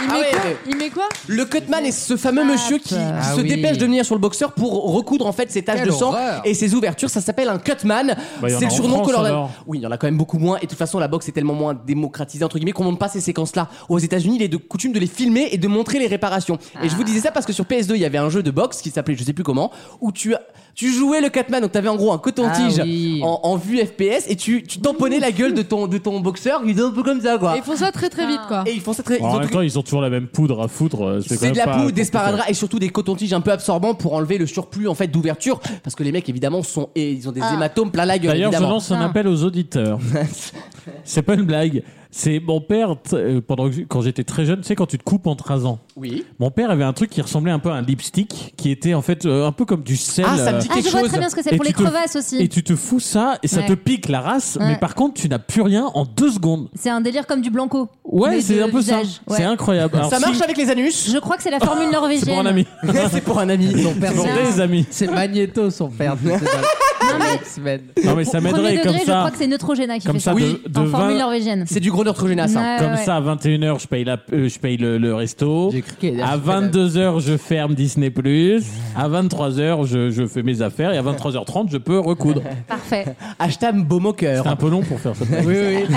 Speaker 6: Il,
Speaker 2: Ah
Speaker 6: met
Speaker 2: ouais,
Speaker 6: quoi
Speaker 2: ouais.
Speaker 6: il met quoi
Speaker 2: Le cutman est ce fameux monsieur qui
Speaker 4: Ah
Speaker 2: se
Speaker 7: oui.
Speaker 2: dépêche de venir sur le boxeur pour recoudre en fait ses taches
Speaker 7: Quelle
Speaker 2: de sang
Speaker 7: horreur.
Speaker 2: et ses ouvertures. Ça s'appelle un cutman.
Speaker 3: Bah, il y en
Speaker 2: c'est
Speaker 3: a
Speaker 2: le
Speaker 3: en
Speaker 2: surnom
Speaker 3: France,
Speaker 2: qu'on leur donne.
Speaker 3: alors.
Speaker 2: Oui, il y en a quand même beaucoup moins. Et de toute façon, la boxe est tellement moins démocratisée entre guillemets qu'on montre pas ces séquences-là. Aux États-Unis, il est de coutume de les filmer et de montrer les réparations. Et
Speaker 7: Ah.
Speaker 2: je vous disais ça parce que sur PS2, il y avait un jeu de boxe qui s'appelait je sais plus comment où tu tu jouais le cutman. Donc t'avais en gros un coton-tige
Speaker 7: Ah oui.
Speaker 2: en, en vue FPS et tu tu tamponnais la gueule de ton de ton boxeur. Il était un peu comme ça quoi.
Speaker 6: Ils font ça très très vite quoi.
Speaker 2: Ah. Et ils font ça très. ils
Speaker 3: Bon,
Speaker 2: ont
Speaker 3: en même
Speaker 2: truc-
Speaker 3: temps, ils ont toujours la même poudre à foutre. euh, quand
Speaker 2: c'est de
Speaker 3: même
Speaker 2: la
Speaker 3: pas
Speaker 2: poudre, des
Speaker 3: compliqué.
Speaker 2: sparadraps et surtout des cotons-tiges un peu absorbants pour enlever le surplus en fait d'ouverture parce que les mecs évidemment sont et ils ont des
Speaker 4: Ah.
Speaker 2: hématomes plein la gueule
Speaker 3: D'ailleurs, je
Speaker 2: évidemment.
Speaker 3: lance un
Speaker 4: Ah.
Speaker 3: appel aux auditeurs. c'est pas une blague. C'est mon père, t- euh, pendant que- quand j'étais très jeune, tu sais, quand tu te coupes en te rasant.
Speaker 2: Oui.
Speaker 3: Mon père avait un truc qui ressemblait un peu à un lipstick, qui était en fait euh, un peu comme du sel.
Speaker 2: Ah, ça me
Speaker 3: euh,
Speaker 2: dit
Speaker 4: Ah, je
Speaker 2: quelque
Speaker 4: vois
Speaker 2: chose.
Speaker 4: très bien ce que c'est
Speaker 3: Et
Speaker 4: pour
Speaker 3: tu
Speaker 4: les
Speaker 3: te-
Speaker 4: crevasses
Speaker 3: Et
Speaker 4: aussi.
Speaker 3: tu te fous ça et ça
Speaker 4: Ouais.
Speaker 3: te pique la race, mais
Speaker 4: Ouais.
Speaker 3: par contre tu n'as plus rien en deux secondes.
Speaker 4: C'est un délire comme du blanco.
Speaker 3: Ouais,
Speaker 4: Mais
Speaker 3: c'est
Speaker 4: de
Speaker 3: un peu
Speaker 4: visage,
Speaker 3: ça.
Speaker 4: ouais.
Speaker 3: C'est incroyable. Alors,
Speaker 2: Ça
Speaker 3: si-
Speaker 2: marche avec les anus.
Speaker 4: Je crois que c'est la formule norvégienne.
Speaker 3: C'est pour un ami.
Speaker 2: c'est pour un ami.
Speaker 7: Son père,
Speaker 3: Pour
Speaker 7: c'est-
Speaker 3: des amis.
Speaker 7: c'est Magneto, son père. tu sais, dans- dans X-Men.
Speaker 3: Non mais ça
Speaker 4: Premier
Speaker 3: m'aiderait
Speaker 4: degré,
Speaker 3: comme
Speaker 4: je
Speaker 3: ça.
Speaker 4: crois que c'est Neutrogena qui
Speaker 3: Comme
Speaker 4: fait
Speaker 3: ça,
Speaker 4: ça.
Speaker 3: de, de
Speaker 4: en
Speaker 3: 20
Speaker 4: formule norvégienne.
Speaker 2: C'est du gros hein. Neutrogena ça.
Speaker 4: Ouais,
Speaker 3: Comme
Speaker 4: ouais.
Speaker 3: ça, à 21h, je paye, la, euh, je paye le, le resto.
Speaker 7: J'ai cru qu'il allait
Speaker 3: À
Speaker 7: acheter la-
Speaker 3: 22h, je ferme Disney. À 23h, je, je fais mes affaires. Et à 23h30, je peux recoudre.
Speaker 4: Parfait.
Speaker 2: Hashtag beau moqueur.
Speaker 3: C'est un peu long pour faire ça.
Speaker 4: Alex,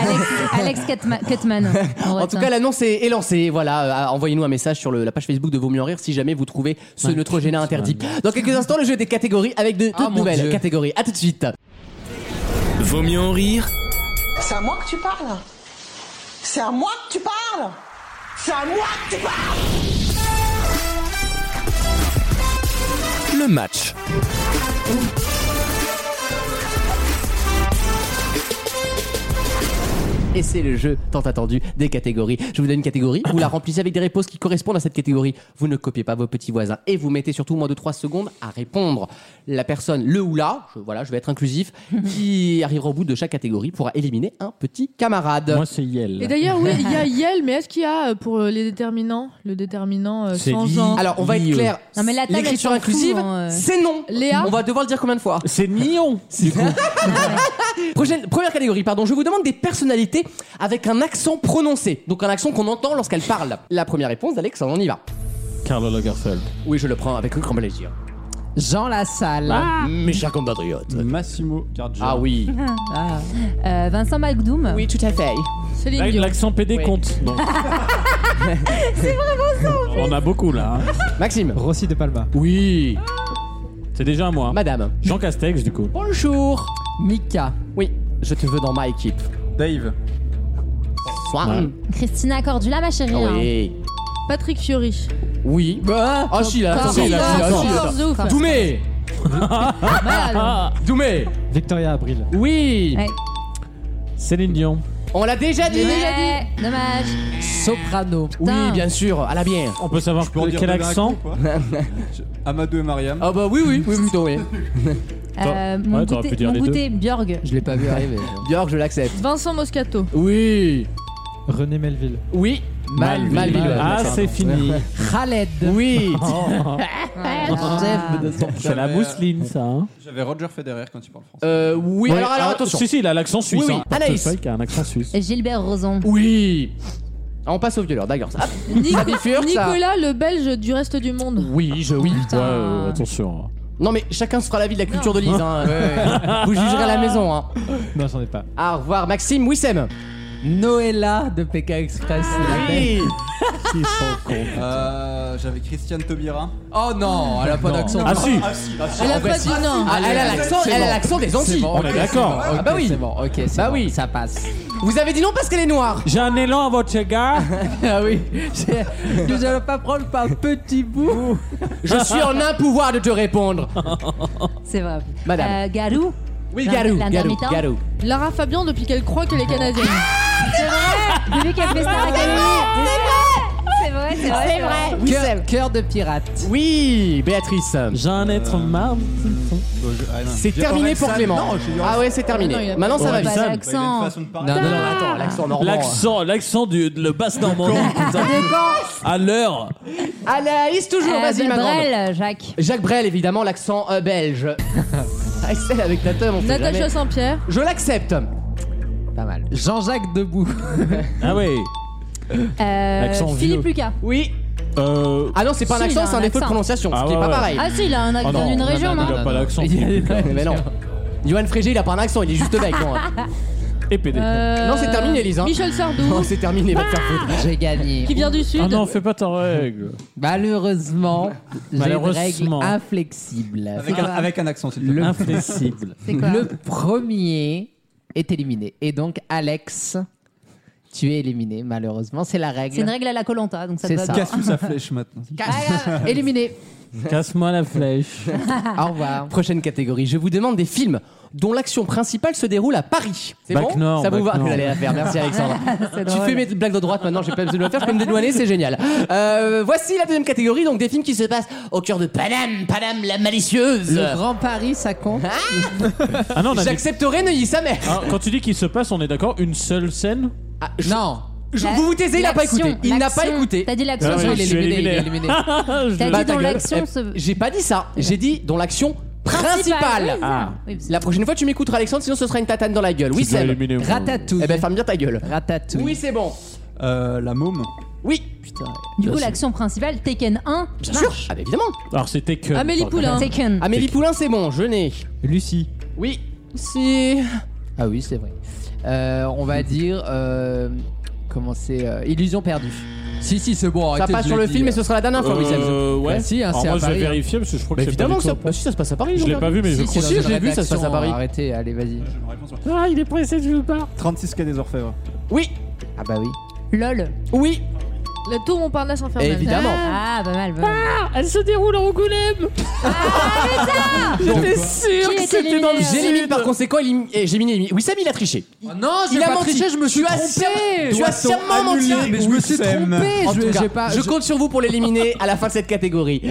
Speaker 4: Alex Cutma- Cutman. on
Speaker 2: En tout
Speaker 4: retient.
Speaker 2: cas, l'annonce est est lancée. Voilà, euh, envoyez-nous un message sur le- la page Facebook de Vaut mieux en rire si jamais vous trouvez ce
Speaker 3: Ouais.
Speaker 2: Neutrogena interdit. Dans quelques instants, le jeu des catégories avec de toutes
Speaker 7: Ah, mon
Speaker 2: nouvelles
Speaker 7: Dieu.
Speaker 2: catégories. À tout de suite.
Speaker 1: Vaut mieux en rire
Speaker 9: C'est à moi que tu parles C'est à moi que tu parles C'est à moi que tu parles
Speaker 1: le match.
Speaker 2: Et c'est le jeu tant attendu des catégories. Je vous donne une catégorie, vous la remplissez avec des réponses qui correspondent à cette catégorie. Vous ne copiez pas vos petits voisins et vous mettez surtout moins de 3 secondes à répondre. La personne, le ou la, je, voilà, je vais être inclusif, qui arrivera au bout de chaque catégorie pourra éliminer un petit camarade.
Speaker 3: Moi, c'est
Speaker 6: Et
Speaker 3: Yel.
Speaker 6: d'ailleurs, oui, il y a Yel, mais est-ce qu'il y a euh, pour euh, les déterminants, le déterminant euh,
Speaker 3: C'est
Speaker 6: sans
Speaker 3: Li.
Speaker 6: genre
Speaker 2: Alors, on va être clair.
Speaker 4: Non, mais la table,
Speaker 2: L'écriture
Speaker 4: elle s'en fout,
Speaker 2: inclusive,
Speaker 4: hein, euh.
Speaker 2: c'est non.
Speaker 6: Léa
Speaker 2: On va devoir le dire combien de fois
Speaker 3: C'est Nyon. Du coup.
Speaker 2: Prochaine, Première catégorie, pardon. Je vous demande des personnalités avec un accent prononcé. Donc, un accent qu'on entend lorsqu'elle parle. La première réponse d'Alex, on y va.
Speaker 3: Carlo Lagerfeld.
Speaker 2: Oui, je le prends avec grand plaisir.
Speaker 7: Jean Lassalle.
Speaker 2: Mes chers compatriotes.
Speaker 8: Massimo Cardia.
Speaker 2: Ah oui.
Speaker 4: Euh, Vincent McDoom.
Speaker 2: Oui, tout à fait.
Speaker 6: Céline Dion.
Speaker 3: Ah, L'accent PD
Speaker 2: Ouais.
Speaker 3: compte. C'est vraiment ça. On a beaucoup là. hein.
Speaker 2: Maxime.
Speaker 5: Rossi de Palma.
Speaker 2: Oui.
Speaker 3: C'est déjà à moi.
Speaker 2: Madame.
Speaker 3: Jean Castex, du coup.
Speaker 2: Bonjour.
Speaker 7: Mika.
Speaker 2: Oui, je te veux dans ma équipe.
Speaker 8: Dave.
Speaker 2: Soir.
Speaker 3: Ouais.
Speaker 4: Christina Cordula, ma chérie. hein.
Speaker 2: Ah Oui.
Speaker 6: Patrick Fiori.
Speaker 2: Oui.
Speaker 7: Bah,
Speaker 2: Ah si là,
Speaker 6: Corse,
Speaker 2: si là, si, là,
Speaker 6: Corse,
Speaker 2: si, là.
Speaker 6: Corse, ouf.
Speaker 2: Doumé
Speaker 4: Malade.
Speaker 3: Ah,
Speaker 2: Doumé
Speaker 5: Victoria Abril.
Speaker 2: Oui
Speaker 4: Ouais.
Speaker 3: Céline Dion.
Speaker 2: On l'a déjà dit
Speaker 4: Ouais, Dommage.
Speaker 7: Soprano.
Speaker 2: Oui,
Speaker 4: Putain.
Speaker 2: bien sûr, à la bière
Speaker 3: On peut savoir
Speaker 8: peux en dire
Speaker 3: quel
Speaker 8: deux d'un
Speaker 3: accent
Speaker 8: coup, quoi Je- Amadou et Mariam.
Speaker 2: Ah bah oui, oui, oui, plutôt, oui.
Speaker 4: Euh, mon
Speaker 3: Ouais, t'aurais pu
Speaker 4: goûter,
Speaker 3: dire
Speaker 4: mon
Speaker 3: les deux.
Speaker 4: goûter Björg.
Speaker 7: Je l'ai pas vu arriver.
Speaker 2: Björk, je l'accepte.
Speaker 6: Vincent Moscato.
Speaker 2: Oui
Speaker 5: René Melville.
Speaker 2: Oui
Speaker 3: Malville.
Speaker 2: Malville, ouais,
Speaker 3: Ah,
Speaker 2: d'accord.
Speaker 3: c'est Oh. fini.
Speaker 7: Khaled.
Speaker 2: Oui
Speaker 7: Jeff de son-
Speaker 3: C'est la mousseline, ça. hein.
Speaker 8: J'avais Roger Federer quand il parle français.
Speaker 2: Euh, oui,
Speaker 3: Ouais,
Speaker 2: alors, alors
Speaker 3: ah,
Speaker 2: attention
Speaker 3: Si, si, il a l'accent suisse.
Speaker 2: Oui,
Speaker 3: hein.
Speaker 2: oui. Anaïs.
Speaker 3: Portefeuille qui a un accent suisse.
Speaker 4: Euh, Gilbert Rozon.
Speaker 2: Oui Ah, On passe au violeur, d'accord. Ah,
Speaker 6: Nico-
Speaker 2: Ça bifurque, ça.
Speaker 6: Nicolas, le belge du reste du monde.
Speaker 2: Oui, je oui.
Speaker 3: Ouais,
Speaker 4: Putain.
Speaker 3: ouais, attention. hein.
Speaker 2: Non mais chacun se fera la vie de la culture de Lise. Hein. Vous jugerez à la maison. Hein.
Speaker 5: Non, j'en ai pas.
Speaker 2: Au revoir Maxime, Wissem.
Speaker 7: Noëlla de PK Express. la belle.
Speaker 3: Qui sont cons.
Speaker 8: Euh, J'avais Christiane Taubira.
Speaker 7: Oh non, elle a pas d'accent.
Speaker 3: Ah, si.
Speaker 8: si,
Speaker 6: Elle a pas dit non.
Speaker 2: Ah, elle a l'accent, elle a l'accent des Antilles.
Speaker 3: On est d'accord.
Speaker 2: Ah bah oui.
Speaker 7: C'est bon, ok, c'est
Speaker 2: Bah
Speaker 7: bon,
Speaker 2: oui.
Speaker 7: ça passe.
Speaker 2: Vous avez dit non parce qu'elle est noire.
Speaker 3: J'ai un élan à votre égard.
Speaker 7: Ah oui, j'ai- nous allons pas prendre par petit bout.
Speaker 2: Je suis en un pouvoir de te répondre.
Speaker 4: C'est vrai.
Speaker 2: Madame.
Speaker 4: Euh, Garou.
Speaker 2: Oui,
Speaker 4: L'in-
Speaker 2: Garou, Garou,
Speaker 4: l'intermittent.
Speaker 2: Garou.
Speaker 6: Lara Fabian, depuis qu'elle croit qu'elle est canadienne.
Speaker 4: C'est vrai. Depuis qu'elle fait Star Academy. C'est vrai. C'est vrai. C'est vrai.
Speaker 7: Cœur, cœur de pirate.
Speaker 2: Oui, Béatrice.
Speaker 3: J'en ai trop marre.
Speaker 8: ah,
Speaker 2: C'est terminé pour Clément. Ah ouais, c'est
Speaker 6: Ah non, il
Speaker 2: terminé.
Speaker 6: a-
Speaker 2: Maintenant ça va
Speaker 4: Bah,
Speaker 2: vite.
Speaker 4: l'accent.
Speaker 2: Non, non, non, attends, l'accent normand.
Speaker 3: L'accent, l'accent du de le basse Normandie. putain. À l'heure.
Speaker 2: Anaïs toujours,
Speaker 4: Euh,
Speaker 2: vas-y ma grande.
Speaker 4: Brel, Jacques.
Speaker 2: Jacques Brel, évidemment, l'accent euh, belge. Ah, celle avec ta teub, on sait
Speaker 6: Natacha
Speaker 2: jamais.
Speaker 6: Saint-Pierre.
Speaker 2: Je l'accepte.
Speaker 7: Pas mal. Jean-Jacques Debout.
Speaker 3: Ah oui. L'accent
Speaker 4: Euh, Philippe
Speaker 3: vieux.
Speaker 4: Lucas.
Speaker 2: Oui.
Speaker 3: Euh,
Speaker 2: Ah non, c'est pas un
Speaker 4: Si, il
Speaker 2: accent,
Speaker 4: a
Speaker 2: c'est un
Speaker 4: un
Speaker 2: défaut de
Speaker 4: accent.
Speaker 2: prononciation,
Speaker 3: Ah
Speaker 2: ce qui est
Speaker 3: ouais,
Speaker 2: pas
Speaker 3: ouais.
Speaker 2: pareil.
Speaker 4: Ah si, il a un
Speaker 3: Ah
Speaker 4: accent
Speaker 3: non,
Speaker 4: d'une
Speaker 3: non,
Speaker 4: région.
Speaker 3: non, il
Speaker 4: hein.
Speaker 3: a pas l'accent. Ah,
Speaker 2: mais non. Johan Frégé, il a pas un accent, il est juste bec. hein.
Speaker 3: Et PD.
Speaker 6: Euh,
Speaker 2: Non, c'est terminé, Elise, hein.
Speaker 6: Michel Sardou,
Speaker 2: Oh, c'est terminé, va te faire foutre.
Speaker 7: J'ai gagné.
Speaker 6: qui vient du Sud.
Speaker 3: Ah non, fais pas ta règle.
Speaker 7: Malheureusement, j'ai une règle
Speaker 3: Malheureusement.
Speaker 7: inflexible.
Speaker 8: Avec, un, avec un accent, s'il te plaît.
Speaker 3: Inflexible.
Speaker 4: C'est quoi
Speaker 7: Le premier est éliminé. Et donc, Alex, tu es éliminé, malheureusement. C'est la
Speaker 4: C'est une
Speaker 7: règle.
Speaker 4: règle à la Colanta, donc ça
Speaker 7: C'est
Speaker 4: doit
Speaker 7: ça.
Speaker 4: bien.
Speaker 8: Casse-lui sa flèche maintenant.
Speaker 7: Éliminé.
Speaker 3: Casse-moi la flèche.
Speaker 7: Au revoir.
Speaker 2: Prochaine catégorie, je vous demande des films dont l'action principale se déroule à Paris. C'est
Speaker 3: Bac
Speaker 2: bon
Speaker 3: Nord,
Speaker 2: Ça vous
Speaker 3: Bac
Speaker 2: va
Speaker 3: Nord.
Speaker 2: Je l'allais la faire, merci Alexandre. tu fais mes blagues de droite maintenant, j'ai pas besoin de le faire, je peux me dédouaner, c'est génial. Euh, voici la deuxième catégorie, donc des films qui se passent au cœur de Paname, Paname la malicieuse.
Speaker 7: Le Grand Paris, ça compte.
Speaker 3: Ah non, on a dit...
Speaker 2: J'accepterai Neuilly sa mère.
Speaker 3: Ah, quand tu dis qu'il se passe, on est d'accord, une seule scène
Speaker 2: Ah, je-
Speaker 7: Non.
Speaker 2: je- vous vous taisez, il n'a pas
Speaker 4: L'action,
Speaker 2: écouté. Il n'a pas
Speaker 4: l'action.
Speaker 2: écouté.
Speaker 4: T'as dit l'action.
Speaker 3: Ah
Speaker 4: sur-
Speaker 3: oui.
Speaker 7: Il est
Speaker 3: je suis
Speaker 7: éliminé, il est
Speaker 3: éliminé.
Speaker 7: éliminé.
Speaker 4: T'as
Speaker 2: Bah, ta
Speaker 4: dit dans
Speaker 2: gueule.
Speaker 4: l'action.
Speaker 2: Eh,
Speaker 4: ce-
Speaker 2: J'ai pas dit ça. J'ai dit dans l'action principale.
Speaker 4: Principale.
Speaker 3: Ah.
Speaker 4: Oui, c'est ça.
Speaker 2: La prochaine fois, tu m'écouteras, Alexandre, sinon ce sera une tatane dans la gueule. Oui,
Speaker 3: Tu dois
Speaker 2: Seb.
Speaker 3: éliminer au moins.
Speaker 7: Ratatouille.
Speaker 2: Eh ben, ferme bien ta gueule.
Speaker 7: Ratatouille.
Speaker 2: Oui, c'est bon.
Speaker 8: Euh, la môme.
Speaker 2: Oui,
Speaker 4: Du coup, l'action principale, Taken 1.
Speaker 2: bien sûr. Ah, bah, évidemment.
Speaker 3: Alors c'était que.
Speaker 6: Amélie
Speaker 3: Ah.
Speaker 6: Poulain.
Speaker 4: Taken.
Speaker 2: Amélie Poulain, c'est bon, je n'ai.
Speaker 5: Lucie.
Speaker 2: Oui. Si.
Speaker 7: Ah oui, c'est vrai. Euh, on va dire. euh, comment c'est euh, Illusion perdue. Si, si, c'est bon.
Speaker 2: Ça passe sur le film et ce sera la dernière fois, oui, Seb.
Speaker 3: Euh, ouais.
Speaker 7: Bah si, hein,
Speaker 3: Alors
Speaker 7: c'est
Speaker 3: moi
Speaker 7: à
Speaker 3: je vais
Speaker 7: Paris, hein.
Speaker 3: vérifier parce que je crois
Speaker 2: Bah,
Speaker 3: que c'est pas du
Speaker 2: évidemment que ça.
Speaker 3: tout-
Speaker 2: Bah, si, ça se passe à Paris.
Speaker 3: Je l'ai pas vu, mais je crois.
Speaker 2: Si, je l'ai vu, ça se passe à Paris.
Speaker 7: Arrêtez, allez, vas-y.
Speaker 8: J'ai une réponse. ouais.
Speaker 3: Ah, il est pressé, je veux pas.
Speaker 8: 36 cas des Orfèvres.
Speaker 2: Oui,
Speaker 7: Ah bah oui.
Speaker 4: LOL.
Speaker 2: oui,
Speaker 6: La tour Montparnasse infernale.
Speaker 2: évidemment.
Speaker 4: Ah, pas mal, pas mal.
Speaker 3: Elle se déroule en Angoulême. J'étais sûr
Speaker 4: Qui
Speaker 3: que
Speaker 4: est
Speaker 3: c'était
Speaker 4: éliminé
Speaker 3: dans le
Speaker 4: J'ai
Speaker 2: Jérémy,
Speaker 3: sud.
Speaker 2: par conséquent, il- eh, Jérémy, il- oui, Sam, il a triché.
Speaker 7: non,
Speaker 2: Il a menti. tu as sciemment- Tu as sciemment menti.
Speaker 8: mais je me suis trompé.
Speaker 2: En tout
Speaker 7: Je,
Speaker 2: cas,
Speaker 7: j'ai pas,
Speaker 2: je
Speaker 7: je-
Speaker 2: compte sur vous pour l'éliminer à la fin de cette catégorie.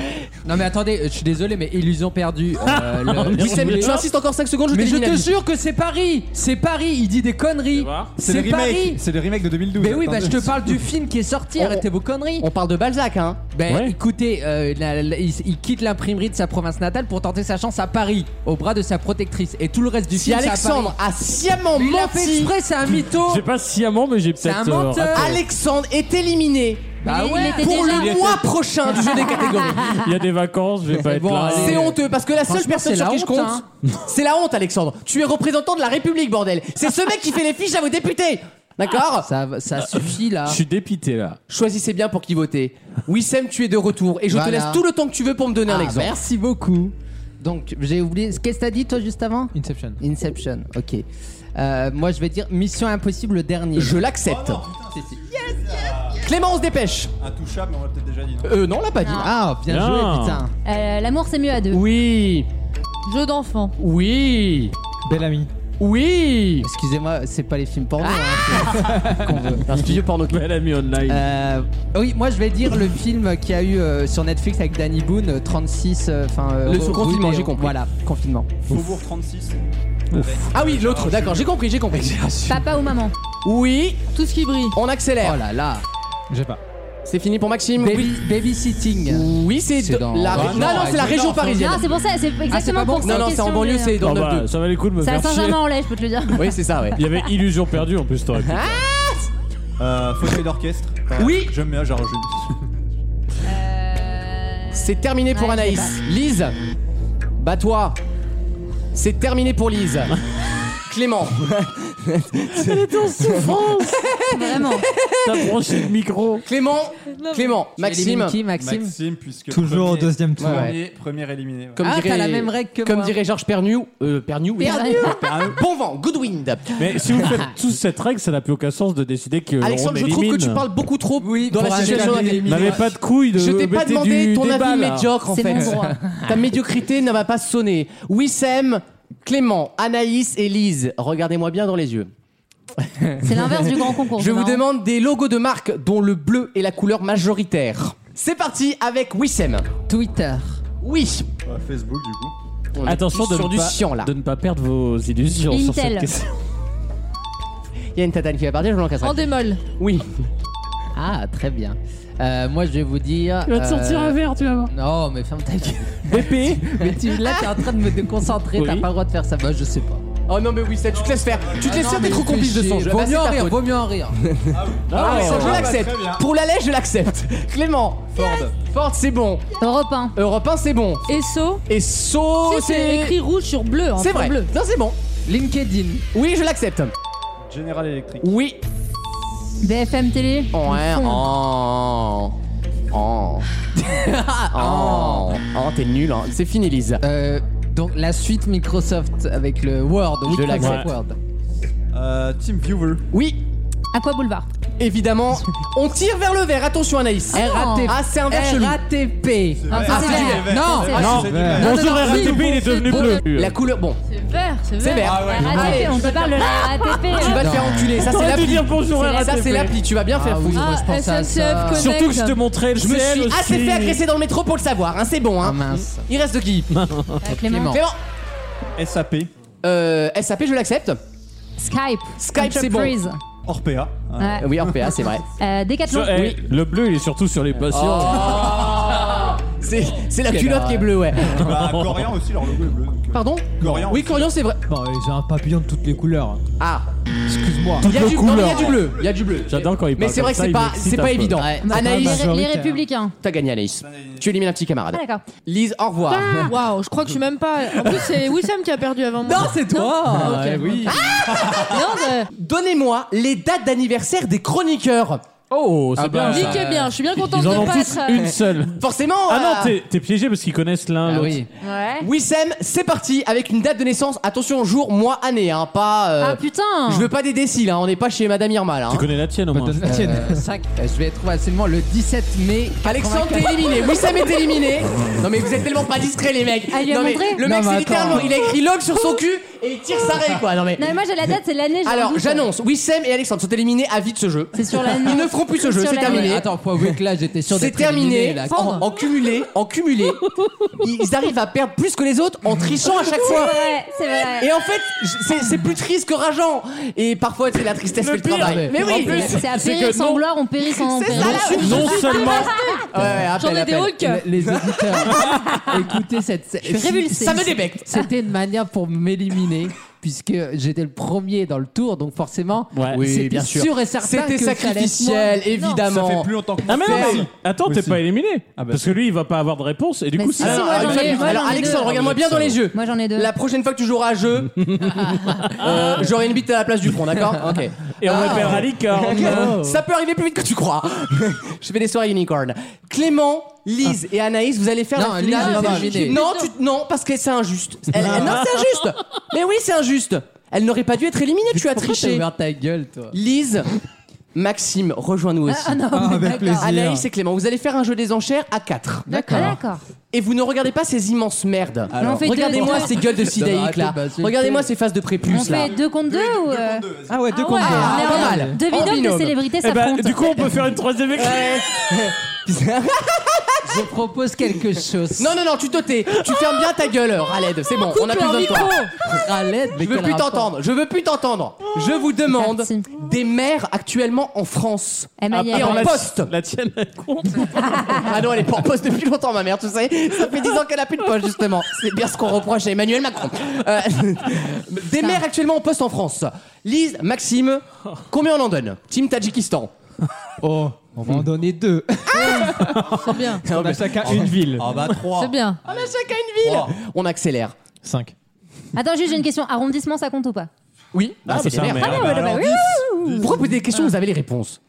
Speaker 7: Non mais attendez, je suis désolé, mais illusion perdue. euh, le-
Speaker 2: Oui, Sam, tu insistes encore 5 secondes, je
Speaker 7: mais je
Speaker 2: t'élimine. à
Speaker 7: te
Speaker 2: vie.
Speaker 7: jure que c'est Paris, c'est Paris. Il dit des conneries.
Speaker 3: voir.
Speaker 8: C'est le
Speaker 7: C'est
Speaker 8: remake.
Speaker 7: Paris.
Speaker 8: C'est le remake de 2012.
Speaker 7: Mais oui, bah je te
Speaker 8: Attendez.
Speaker 7: parle du film qui est sorti.
Speaker 2: On-
Speaker 7: Arrêtez vos conneries.
Speaker 2: On parle de Balzac, hein.
Speaker 7: Ben
Speaker 3: Ouais.
Speaker 7: écoutez, euh, la- la- il, il quitte l'imprimerie de sa province natale pour tenter sa chance à Paris, au bras de sa protectrice. Et tout le reste du
Speaker 2: Si
Speaker 7: film, c'est à
Speaker 2: Alexandre
Speaker 7: Paris.
Speaker 2: a sciemment
Speaker 7: Mais il a fait
Speaker 2: menti,
Speaker 7: exprès, c'est un mytho.
Speaker 3: J'ai pas sciemment, mais j'ai
Speaker 7: C'est un
Speaker 3: peut-être. euh,
Speaker 7: menteur.
Speaker 2: Alexandre est éliminé
Speaker 7: Bah
Speaker 4: Il-
Speaker 7: ouais.
Speaker 4: il était
Speaker 2: pour
Speaker 4: déjà.
Speaker 2: le mois prochain du jeu des catégories.
Speaker 3: Il y a des vacances, je vais pas être
Speaker 7: bon,
Speaker 3: là.
Speaker 7: allez.
Speaker 2: C'est honteux parce que la seule
Speaker 7: Franchement,
Speaker 2: personne
Speaker 7: c'est
Speaker 2: sur
Speaker 7: la
Speaker 2: qui je
Speaker 7: honte,
Speaker 2: compte,
Speaker 7: hein.
Speaker 2: c'est la honte, Alexandre. Tu es représentant de la République, bordel. C'est ce mec qui fait les fiches à vos députés. D'accord
Speaker 7: Ah, Ça, va- ça suffit là.
Speaker 3: Je suis dépité là.
Speaker 2: Choisissez bien pour qui voter. Wissem, tu es de retour et je te
Speaker 7: Voilà.
Speaker 2: laisse tout le temps que tu veux pour me donner
Speaker 7: Ah,
Speaker 2: un exemple.
Speaker 7: merci beaucoup. Donc j'ai oublié. Qu'est-ce que t'as dit toi juste avant
Speaker 5: Inception.
Speaker 7: Inception. Ok. Euh, moi je vais dire Mission Impossible le dernier.
Speaker 2: Je l'accepte.
Speaker 7: Si, si.
Speaker 2: Clément, on se dépêche.
Speaker 8: Intouchable, mais on l'a peut-être déjà dit. non
Speaker 2: Euh, non, on l'a pas dit.
Speaker 4: Non.
Speaker 7: Ah, bien
Speaker 3: Non.
Speaker 7: joué, putain.
Speaker 4: Euh, L'amour, c'est mieux à deux.
Speaker 2: Oui,
Speaker 6: Jeu d'enfant.
Speaker 2: oui,
Speaker 5: Belle amie.
Speaker 2: oui. Ah.
Speaker 7: Excusez-moi, c'est pas les films porno. hein, c'est- qu'on veut.
Speaker 2: Un studio porno. qui-
Speaker 3: Belle amie online.
Speaker 7: Euh, oui, moi je vais dire le film qui a eu euh, sur Netflix avec Danny Boone, euh, 36. euh, Enfin, euh,
Speaker 2: Le
Speaker 7: rue
Speaker 2: sous-confinement,
Speaker 7: des-
Speaker 2: j'ai compris.
Speaker 7: Voilà, confinement.
Speaker 8: Faubourg 36.
Speaker 2: Ah oui, l'autre, d'accord, j'ai compris, j'ai compris.
Speaker 4: Papa ou maman
Speaker 2: Oui,
Speaker 6: Tout ce qui brille.
Speaker 2: on accélère.
Speaker 7: Oh là là.
Speaker 5: J'ai pas.
Speaker 2: C'est fini pour Maxime
Speaker 7: Baby, babysitting.
Speaker 2: Oui, c'est
Speaker 7: C'est
Speaker 2: de-
Speaker 7: dans-
Speaker 2: la
Speaker 7: Ouais,
Speaker 2: ré-
Speaker 7: non,
Speaker 2: Non, non, c'est la
Speaker 7: c'est
Speaker 2: région
Speaker 7: dans-
Speaker 2: parisienne.
Speaker 4: Non, Ah, c'est pour ça,
Speaker 2: Ah,
Speaker 4: c'est
Speaker 7: bon
Speaker 4: exactement pour
Speaker 2: Non,
Speaker 4: cette
Speaker 2: non, c'est en
Speaker 4: question,
Speaker 2: banlieue,
Speaker 4: j'ai-
Speaker 2: c'est dans
Speaker 3: Ah
Speaker 2: le
Speaker 3: bah,
Speaker 2: 9-2.
Speaker 3: ça valait le coup de me
Speaker 4: C'est à
Speaker 3: faire chier.
Speaker 4: Saint-Germain-en-Laye, je peux te le dire.
Speaker 2: Oui, c'est ça, ouais.
Speaker 3: Il y avait Illusion perdue en plus, t'aurais pu.
Speaker 8: Euh, fauteuil d'orchestre.
Speaker 2: Oui.
Speaker 8: J'aime bien, j'ai rejoué.
Speaker 2: C'est terminé pour
Speaker 4: Ouais, je sais
Speaker 2: Anaïs. Lise, bats-toi. C'est terminé pour Lise. Clément,
Speaker 4: Vraiment.
Speaker 3: T'as branché le micro.
Speaker 2: Clément, Clément, Maxime.
Speaker 7: Élimine Qui, Maxime
Speaker 8: Maxime, puisque.
Speaker 5: Toujours au
Speaker 8: premier,
Speaker 5: deuxième tour.
Speaker 2: Ouais.
Speaker 8: Premier, premier éliminé. ouais.
Speaker 2: Comme
Speaker 7: Ah,
Speaker 2: dirait,
Speaker 7: t'as la même règle que
Speaker 2: Comme
Speaker 7: moi.
Speaker 2: dirait Georges Pernu. Euh, Pernu, oui. Bon vent, good wind.
Speaker 3: Mais si vous faites tous cette règle, ça n'a plus aucun sens de décider que.
Speaker 2: Alexandre,
Speaker 3: on
Speaker 2: je trouve que
Speaker 3: élimine.
Speaker 2: tu parles beaucoup trop dans la
Speaker 7: pour
Speaker 2: situation.
Speaker 7: un
Speaker 2: dans laquelle-
Speaker 7: éliminé.
Speaker 3: N'avez pas de couilles de.
Speaker 2: Je t'ai pas
Speaker 3: mettez
Speaker 2: demandé
Speaker 3: du
Speaker 2: ton
Speaker 3: débat,
Speaker 2: avis
Speaker 3: là.
Speaker 2: médiocre en
Speaker 4: C'est
Speaker 2: fait.
Speaker 4: mon droit.
Speaker 2: Ta médiocrité ne va pas sonner. Wissem, Clément, Anaïs et Lise, regardez-moi bien dans les yeux.
Speaker 4: C'est l'inverse du grand concours. hein.
Speaker 2: Je
Speaker 4: c'est
Speaker 2: vous
Speaker 4: marrant.
Speaker 2: demande des logos de marque dont le bleu est la couleur majoritaire. C'est parti avec Wissem.
Speaker 7: Twitter.
Speaker 2: Oui.
Speaker 8: Ouais, Facebook, du coup.
Speaker 2: On est
Speaker 3: Attention de
Speaker 2: sur
Speaker 3: ne,
Speaker 2: du
Speaker 3: pas,
Speaker 2: chiant là.
Speaker 3: de ne pas perdre vos illusions sur cette
Speaker 4: Intel.
Speaker 3: question.
Speaker 2: Il y a une tatane qui va partir, je l'encasserai.
Speaker 6: En démol.
Speaker 2: Oui.
Speaker 7: Ah, très bien. Euh, moi je vais vous dire.
Speaker 6: Tu vas te sortir
Speaker 7: euh,
Speaker 6: un verre, tu vas voir.
Speaker 7: Non, mais ferme ta gueule.
Speaker 3: BP
Speaker 7: Mais tu- là, t'es en train de me déconcentrer. T'as
Speaker 3: Oui.
Speaker 7: pas le droit de faire ça. Bah, je sais pas.
Speaker 2: Oh non mais Wissem, tu te laisses faire. Tu te laisses
Speaker 7: Non,
Speaker 2: faire,
Speaker 7: mais
Speaker 2: t'es trop
Speaker 7: il fait
Speaker 2: complice de son
Speaker 7: chier.
Speaker 2: jeu.
Speaker 7: Vaut
Speaker 2: Bah, c'est
Speaker 7: mieux en
Speaker 2: ta
Speaker 7: rire.
Speaker 2: faute.
Speaker 7: Vaut mieux en rire.
Speaker 2: Ah, Alexandre, je
Speaker 8: ouais,
Speaker 2: l'accepte.
Speaker 8: très bien.
Speaker 2: Pour la lait, je l'accepte. Clément.
Speaker 8: Ford.
Speaker 2: Ford, c'est bon.
Speaker 4: Europe 1.
Speaker 2: Europe 1, c'est bon.
Speaker 6: Esso.
Speaker 2: Et so,
Speaker 6: Tu sais, c'est écrit rouge sur bleu. hein. en
Speaker 2: Oh, C'est
Speaker 6: fond
Speaker 2: vrai.
Speaker 6: Bleu.
Speaker 2: Non, c'est bon.
Speaker 7: LinkedIn.
Speaker 2: Oui, je l'accepte.
Speaker 8: General Electric.
Speaker 2: Oui. hein,
Speaker 4: BFM Télé.
Speaker 2: Ouais.
Speaker 4: Fond.
Speaker 2: Oh. Oh. Oh. Oh, t'es nul. Hein. C'est fini, Lise.
Speaker 7: Euh, donc la suite Microsoft avec le Word. Microsoft
Speaker 2: l'accepte.
Speaker 7: Word.
Speaker 8: Euh, Team Viewer.
Speaker 2: Oui.
Speaker 4: À quoi boulevard
Speaker 2: Évidemment, on tire vers le vert. Attention, Anaïs.
Speaker 7: RATP.
Speaker 2: Ah, c'est un vert chelou.
Speaker 7: RATP.
Speaker 4: Ah, ça,
Speaker 2: c'est
Speaker 4: vert.
Speaker 8: vert.
Speaker 7: Non.
Speaker 4: C'est
Speaker 3: Non,
Speaker 8: Ah, c'est du
Speaker 5: Ouais.
Speaker 8: vert.
Speaker 3: bonjour
Speaker 6: Non, non, non,
Speaker 3: RATP, il est
Speaker 6: c'est
Speaker 3: devenu
Speaker 6: bon.
Speaker 3: bleu.
Speaker 2: La couleur. Bon,
Speaker 6: C'est vert, c'est
Speaker 2: c'est
Speaker 6: vert.
Speaker 2: vert.
Speaker 4: RATP, on te parle de la euh, RATP.
Speaker 2: Ah. Tu vas te faire enculer. Ça, c'est
Speaker 3: T'aurais dû
Speaker 2: l'appli.
Speaker 3: dire bonjour
Speaker 2: C'est- Ça,
Speaker 3: RATP.
Speaker 2: c'est l'appli. Tu vas bien faire
Speaker 7: Ah
Speaker 2: foutre.
Speaker 7: oui. Moi,
Speaker 6: Ah,
Speaker 7: je pense à ça.
Speaker 6: SNCF Connect.
Speaker 3: Surtout que je te montrais le
Speaker 2: Je me
Speaker 3: ciel
Speaker 2: suis
Speaker 3: aussi.
Speaker 2: assez fait agresser dans le métro pour le savoir. Hein. C'est bon.
Speaker 7: Ah
Speaker 2: Hein.
Speaker 7: mince.
Speaker 2: Il reste qui
Speaker 4: Ah, Clément.
Speaker 2: Clément.
Speaker 8: SAP.
Speaker 2: Euh, SAP, je l'accepte.
Speaker 4: Skype.
Speaker 2: Skype, c'est bon.
Speaker 4: Entreprise.
Speaker 8: Orpea. hein.
Speaker 4: Ouais.
Speaker 2: Euh, Oui, RPA, c'est vrai.
Speaker 4: Euh, Décathlon.
Speaker 3: Sur- eh, Le bleu, il est surtout sur
Speaker 2: Oh.
Speaker 3: les patients.
Speaker 2: C'est c'est la culotte qui est bleue, ouais.
Speaker 8: Bah, Corian aussi, leur logo est bleu. donc, euh,
Speaker 2: Pardon
Speaker 8: Corian.
Speaker 2: Oui,
Speaker 8: aussi.
Speaker 2: Corian, c'est vrai.
Speaker 5: Bon, euh, j'ai un papillon de toutes les couleurs.
Speaker 2: Ah,
Speaker 5: Excuse-moi.
Speaker 2: il y a
Speaker 3: les
Speaker 2: du non, mais il y a
Speaker 3: couleurs.
Speaker 2: du bleu, il y a du bleu.
Speaker 3: J'adore quand il
Speaker 2: Mais
Speaker 3: parle
Speaker 2: c'est vrai que
Speaker 3: comme ça,
Speaker 2: c'est
Speaker 3: il
Speaker 2: pas,
Speaker 3: m'excite
Speaker 2: c'est
Speaker 3: un
Speaker 2: pas
Speaker 3: peu.
Speaker 2: évident.
Speaker 7: Ouais.
Speaker 4: Les,
Speaker 2: Anaïs,
Speaker 4: ré- les
Speaker 5: Majoritaire.
Speaker 4: Républicains.
Speaker 2: t'as gagné Anaïs. Tu élimines un petit camarade.
Speaker 4: Ah, d'accord.
Speaker 2: Lise, au revoir.
Speaker 6: Waouh, je crois que je suis même pas. En plus, c'est Wissam qui a perdu avant moi.
Speaker 7: Non,
Speaker 2: Ah,
Speaker 7: c'est toi.
Speaker 6: Ok.
Speaker 7: Ouais, oui.
Speaker 6: Non, mais-
Speaker 2: Donnez-moi les dates d'anniversaire des chroniqueurs.
Speaker 3: Oh, c'est bien.
Speaker 6: Nick est bien, je suis bien contente
Speaker 3: Ils en
Speaker 6: de
Speaker 3: ont
Speaker 6: pas
Speaker 3: tous
Speaker 6: être. euh,
Speaker 3: une seule.
Speaker 2: Forcément.
Speaker 3: Ah
Speaker 2: euh,
Speaker 3: non, t'es- t'es piégé parce qu'ils connaissent l'un
Speaker 7: Ah
Speaker 3: l'autre.
Speaker 7: oui.
Speaker 4: Ouais.
Speaker 2: Wissem, c'est parti avec une date de naissance. Attention, jour, mois, année, hein, pas. euh,
Speaker 4: Ah putain
Speaker 2: je veux pas des décis là, on n'est pas chez Madame Irma là. hein.
Speaker 3: Tu connais la tienne au moins.
Speaker 5: Donne la tienne.
Speaker 7: Euh, cinq. Euh, je vais être absolument le 17 mai. 84.
Speaker 2: Alexandre t'es éliminé, Wissam est éliminé. Non mais vous êtes tellement pas discret les mecs.
Speaker 4: Ah, il lui a
Speaker 2: non, mais
Speaker 4: montré
Speaker 2: le
Speaker 7: Non,
Speaker 2: mec
Speaker 7: mais
Speaker 2: c'est
Speaker 7: attends.
Speaker 2: littéralement, il a écrit log sur son cul et il tire sa raie quoi. Non mais.
Speaker 4: Non, mais moi j'ai la date, c'est l'année. j'ai un
Speaker 2: Alors
Speaker 4: doute.
Speaker 2: j'annonce, Wissem et Alexandre sont éliminés à vie de ce jeu.
Speaker 4: C'est sur l'année.
Speaker 2: Ils ne feront plus ce jeu,
Speaker 4: Sur
Speaker 2: c'est
Speaker 4: la-
Speaker 2: terminé.
Speaker 7: Attends, faut avouer que là, j'étais sûr
Speaker 2: C'est
Speaker 7: d'être éliminé,
Speaker 2: terminé.
Speaker 7: là.
Speaker 2: En, en cumulé, en cumulé, ils arrivent à perdre plus que les autres en trichant à chaque
Speaker 4: C'est
Speaker 2: fois.
Speaker 4: vrai, c'est vrai.
Speaker 2: Et en fait, j- c'est- c'est plus triste que rageant. Et parfois, c'est la tristesse
Speaker 3: Le
Speaker 2: fait le
Speaker 3: pire,
Speaker 2: travail. Mais oui.
Speaker 3: en plus,
Speaker 4: C'est à
Speaker 3: c'est
Speaker 4: périr
Speaker 3: que
Speaker 4: sans
Speaker 3: non-
Speaker 4: gloire, on périt sans. on
Speaker 2: C'est
Speaker 4: périt.
Speaker 2: ça, là.
Speaker 3: Non seulement
Speaker 2: Ouais, ouais, appel,
Speaker 6: J'en ai des
Speaker 2: appel.
Speaker 6: hauts
Speaker 7: Les, les auditeurs, écoutez cette.
Speaker 4: suis révulsée.
Speaker 2: Ça me débecte.
Speaker 7: C'était une manière pour m'éliminer puisque j'étais le premier dans le tour, donc forcément,
Speaker 3: Ouais. Oui,
Speaker 7: c'était
Speaker 2: bien sûr.
Speaker 7: sûr et certain
Speaker 2: C'était
Speaker 7: que ça allait être moi.
Speaker 2: sacrificiel,
Speaker 8: Ça fait
Speaker 2: évidemment.
Speaker 8: plus longtemps que
Speaker 3: Ah mais non, mais attends, t'es
Speaker 8: Aussi.
Speaker 3: pas éliminé.
Speaker 8: Ah bah
Speaker 3: parce que lui, il va pas avoir de réponse et du
Speaker 4: Mais
Speaker 3: coup,
Speaker 4: si,
Speaker 3: c'est-
Speaker 4: si, moi, j'en ai-
Speaker 2: Fabien,
Speaker 4: moi,
Speaker 2: alors,
Speaker 4: j'en ai
Speaker 2: Alexandre,
Speaker 4: deux.
Speaker 2: regarde-moi bien dans les yeux.
Speaker 4: Moi j'en ai deux.
Speaker 2: La prochaine fois que tu joueras à jeu, euh, j'aurai une bite à la place du front, d'accord Ok.
Speaker 3: et on
Speaker 2: Ah.
Speaker 3: appellera Licorne.
Speaker 2: Ça peut arriver plus vite que tu crois. Je fais des soirées unicorn. Clément, Lise et Anaïs, vous allez faire
Speaker 7: Non,
Speaker 2: la finale.
Speaker 7: Lise,
Speaker 2: Non,
Speaker 7: elle est
Speaker 2: non,
Speaker 7: éliminée.
Speaker 2: non, tu- non, parce que c'est injuste. Elle- elle- non, c'est injuste. Mais oui, c'est injuste. Elle n'aurait pas dû être éliminée. Tu as
Speaker 7: Pourquoi t'as
Speaker 2: triché.
Speaker 7: ouvert ta gueule, toi
Speaker 2: Lise, Maxime, rejoins-nous aussi.
Speaker 6: Ah non, mais
Speaker 5: avec
Speaker 6: d'accord.
Speaker 5: plaisir.
Speaker 2: Anaïs et Clément, vous allez faire un jeu des enchères à 4.
Speaker 4: D'accord. Ah, D'accord.
Speaker 2: Et vous ne regardez pas ces immenses merdes.
Speaker 4: Alors, on fait deux-
Speaker 2: Regardez-moi
Speaker 4: deux-
Speaker 2: ces gueules de sidaïques là. Regardez-moi ces faces de
Speaker 4: On
Speaker 2: prépuce là.
Speaker 4: fait deux contre deux ou. euh,
Speaker 3: Ah ouais, deux contre deux.
Speaker 2: Ah,
Speaker 4: on est
Speaker 2: pas
Speaker 4: en-
Speaker 2: mal.
Speaker 4: Deux
Speaker 2: En
Speaker 4: binômes
Speaker 2: binôme.
Speaker 4: de célébrités
Speaker 3: Eh ben,
Speaker 4: s'affrontent.
Speaker 3: du coup, on peut faire une troisième écran.
Speaker 7: Je propose quelque chose.
Speaker 2: Non, non, non, tu te tais. Tu fermes bien ta gueule, Raled. C'est bon, on a plus besoin de toi.
Speaker 7: Raled, mais
Speaker 2: Je veux
Speaker 7: quel
Speaker 2: plus
Speaker 7: rapport
Speaker 2: t'entendre. Je veux plus t'entendre. Je vous demande
Speaker 4: Merci.
Speaker 2: des maires actuellement en France.
Speaker 4: Eh, ma
Speaker 2: Et
Speaker 4: gueule.
Speaker 2: en
Speaker 3: la-
Speaker 2: poste.
Speaker 3: La tienne, elle compte.
Speaker 2: Ah non, elle est pas en poste depuis longtemps, ma mère, tu sais. Ça fait 10 ans qu'elle a plus de poste, justement. C'est bien ce qu'on reproche à Emmanuel Macron. Euh, des maires actuellement en poste en France. Lise, Maxime, combien on en donne Team Tadjikistan.
Speaker 5: Oh, on va en donner deux. Oh.
Speaker 6: C'est bien.
Speaker 5: On a chacun une ville.
Speaker 8: Ah bah 3.
Speaker 6: C'est bien.
Speaker 2: On a chacun une ville. On accélère.
Speaker 5: Cinq.
Speaker 4: Attends, juste j'ai une question. Arrondissement, ça compte ou pas
Speaker 2: Oui, ah, c'est des
Speaker 3: ça, mais-
Speaker 2: maires.
Speaker 4: Ah, ouais, bah, oui.
Speaker 2: Pourquoi poser des questions Vous avez les réponses.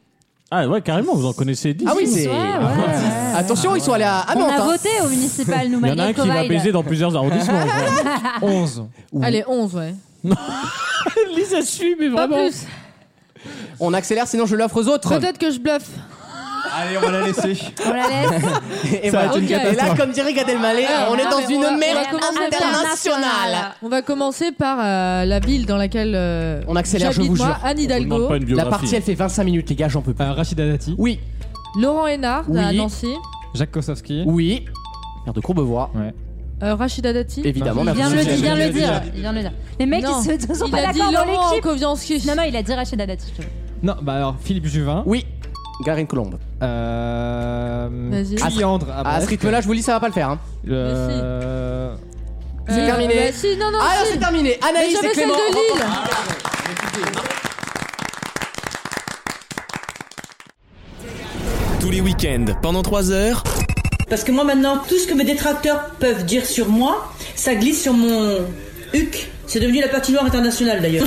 Speaker 3: Ah ouais, carrément, vous en connaissez 10.
Speaker 2: Ah oui, c'est.
Speaker 4: Ouais, ouais.
Speaker 2: Attention, ils sont allés à à
Speaker 4: On
Speaker 2: Nantes.
Speaker 4: a
Speaker 2: hein.
Speaker 4: voté au municipal, nous,
Speaker 3: Il y en a un
Speaker 4: malgré
Speaker 3: qui va
Speaker 4: Covid.
Speaker 3: baiser dans plusieurs arrondissements. quoi.
Speaker 5: Onze.
Speaker 6: Allez, 11, ouais.
Speaker 3: Lise, elle suit, mais
Speaker 6: Pas
Speaker 3: vraiment.
Speaker 6: plus.
Speaker 2: On accélère, sinon je l'offre aux autres.
Speaker 6: Peut-être que je bluffe.
Speaker 8: Allez, on va la laisser.
Speaker 4: On la laisse.
Speaker 2: Et,
Speaker 5: Ça va
Speaker 2: voilà.
Speaker 5: être une
Speaker 6: Ok.
Speaker 2: Et là,
Speaker 5: catastrophe.
Speaker 2: comme dirait Gad Elmaleh,
Speaker 6: Ah,
Speaker 2: Euh, on est
Speaker 6: non,
Speaker 2: dans
Speaker 6: mais on va-
Speaker 2: une
Speaker 6: on
Speaker 2: mer
Speaker 6: va commencer par euh,
Speaker 2: internationale.
Speaker 6: On va commencer par euh, la ville dans laquelle euh,
Speaker 2: On accélère, je
Speaker 6: j'habite,
Speaker 2: vous
Speaker 6: moi,
Speaker 2: jure.
Speaker 6: Anne
Speaker 3: On demande
Speaker 6: Hidalgo,
Speaker 3: pas une
Speaker 2: La
Speaker 3: biographie.
Speaker 2: partie, elle fait 25 minutes, les gars, j'en peux pas.
Speaker 5: Euh, Rachida Dati.
Speaker 2: Oui,
Speaker 6: Laurent Hénard à
Speaker 2: Oui.
Speaker 6: Nancy,
Speaker 5: Jacques Kosowski.
Speaker 2: oui. Mère de Courbevoie,
Speaker 5: Ouais.
Speaker 6: euh, Rachida Dati.
Speaker 2: évidemment. la
Speaker 4: Il vient de le dire.
Speaker 2: sociale.
Speaker 4: Il vient de le dire. Il vient de le dire. Les mecs,
Speaker 6: Non.
Speaker 4: ils se sont
Speaker 6: Il
Speaker 4: pas
Speaker 6: a dit
Speaker 4: d'accord dans
Speaker 6: Laurent
Speaker 4: l'équipe.
Speaker 6: Kovianski.
Speaker 4: Non, non, il a dit Rachida Dati. je te jure.
Speaker 5: Non, bah alors Philippe Juvin.
Speaker 2: Oui, Garin Colombe.
Speaker 5: Euh.
Speaker 6: Vas-y.
Speaker 5: Cliandre.
Speaker 2: À ce rythme-là, je vous le dis, ça va pas le faire. hein.
Speaker 5: Euh.
Speaker 2: c'est terminé.
Speaker 6: bah, si, non, non,
Speaker 2: Ah non,
Speaker 6: si.
Speaker 2: c'est terminé.
Speaker 6: Mais
Speaker 2: Anaïs et
Speaker 6: j'avais celle
Speaker 2: Clément. Oh,
Speaker 6: de Lille.
Speaker 1: Tous les week-ends, pendant 3 heures,
Speaker 10: Parce que moi maintenant, tout ce que mes détracteurs peuvent dire sur moi, ça glisse sur mon huc. C'est devenu la patinoire internationale d'ailleurs.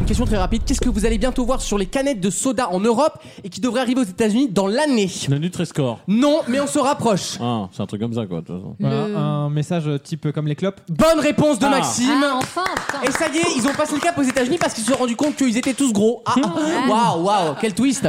Speaker 2: Une question très rapide. Qu'est-ce que vous allez bientôt voir sur les canettes de soda en Europe et qui devrait arriver aux États-Unis dans l'année
Speaker 3: Le Nutri-Score.
Speaker 2: Non, mais on se rapproche.
Speaker 3: Ah, c'est un truc comme ça, quoi, de toute façon.
Speaker 5: Voilà,
Speaker 6: Le-
Speaker 5: Un message type comme les clopes.
Speaker 2: Bonne réponse de
Speaker 3: Ah.
Speaker 2: Maxime.
Speaker 4: Ah, enfin, putain.
Speaker 2: Et ça y est, ils ont passé le cap aux États-Unis parce qu'ils se sont rendus compte qu'ils étaient tous gros. Ah, ah, waouh, waouh, quel twist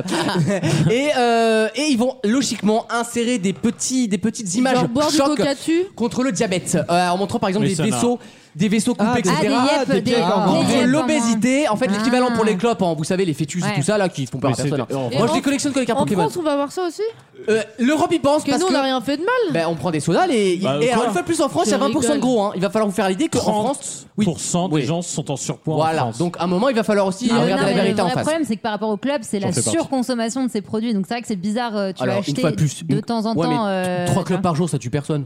Speaker 2: et, euh, et ils vont logiquement insérer des petits, des petites images
Speaker 6: Genre boire du
Speaker 2: oh, choc
Speaker 6: coca dessus.
Speaker 2: contre le diabète euh, en montrant par exemple
Speaker 3: Mais
Speaker 2: des
Speaker 3: ça n'a-
Speaker 2: vaisseaux, des vaisseaux coupés,
Speaker 5: Ah, des-
Speaker 2: etc.
Speaker 4: Ah, des yep, des-
Speaker 5: pieds
Speaker 4: des
Speaker 5: en grand.
Speaker 2: Contre
Speaker 4: yep,
Speaker 2: l'obésité, en fait
Speaker 4: Ah.
Speaker 2: l'équivalent pour les clopes, hein, vous savez les fœtus
Speaker 4: Ouais.
Speaker 2: et tout ça là qui font peur à
Speaker 3: Mais c'est-
Speaker 2: personne. hein.
Speaker 3: en
Speaker 2: Moi
Speaker 6: France-
Speaker 2: je les collectionne comme les cartes
Speaker 6: En
Speaker 2: Pokémon.
Speaker 6: France, on va voir ça aussi
Speaker 2: Euh, L'Europe y pense
Speaker 6: Que
Speaker 2: parce
Speaker 6: nous, on
Speaker 2: que
Speaker 6: n'a rien fait de mal.
Speaker 2: ben, on prend des sodas les...
Speaker 3: Bah,
Speaker 2: et alors
Speaker 3: quoi
Speaker 2: une fois de plus en France il y a
Speaker 6: Je
Speaker 2: 20% de
Speaker 6: rigole.
Speaker 2: gros. hein. Il va falloir vous faire l'idée qu'en
Speaker 3: 30
Speaker 2: France, oui.
Speaker 3: Pour cent des
Speaker 2: Oui.
Speaker 3: gens sont en surpoids en
Speaker 2: Voilà,
Speaker 3: France.
Speaker 2: donc à un moment il va falloir aussi
Speaker 4: Ah, non,
Speaker 2: regarder
Speaker 4: mais
Speaker 2: la vérité
Speaker 4: le
Speaker 2: en
Speaker 4: vrai
Speaker 2: face.
Speaker 4: problème, c'est que par rapport au club, c'est la
Speaker 3: Ça fait partie.
Speaker 4: surconsommation de ces produits. Donc c'est vrai que c'est bizarre. euh, Tu vas
Speaker 2: Alors, une
Speaker 4: acheter
Speaker 2: fois plus,
Speaker 4: de
Speaker 2: une-
Speaker 4: temps en
Speaker 2: Ouais, mais
Speaker 4: temps.
Speaker 2: t-
Speaker 4: euh,
Speaker 2: trois clubs
Speaker 4: tu
Speaker 2: par jour, ça tue personne.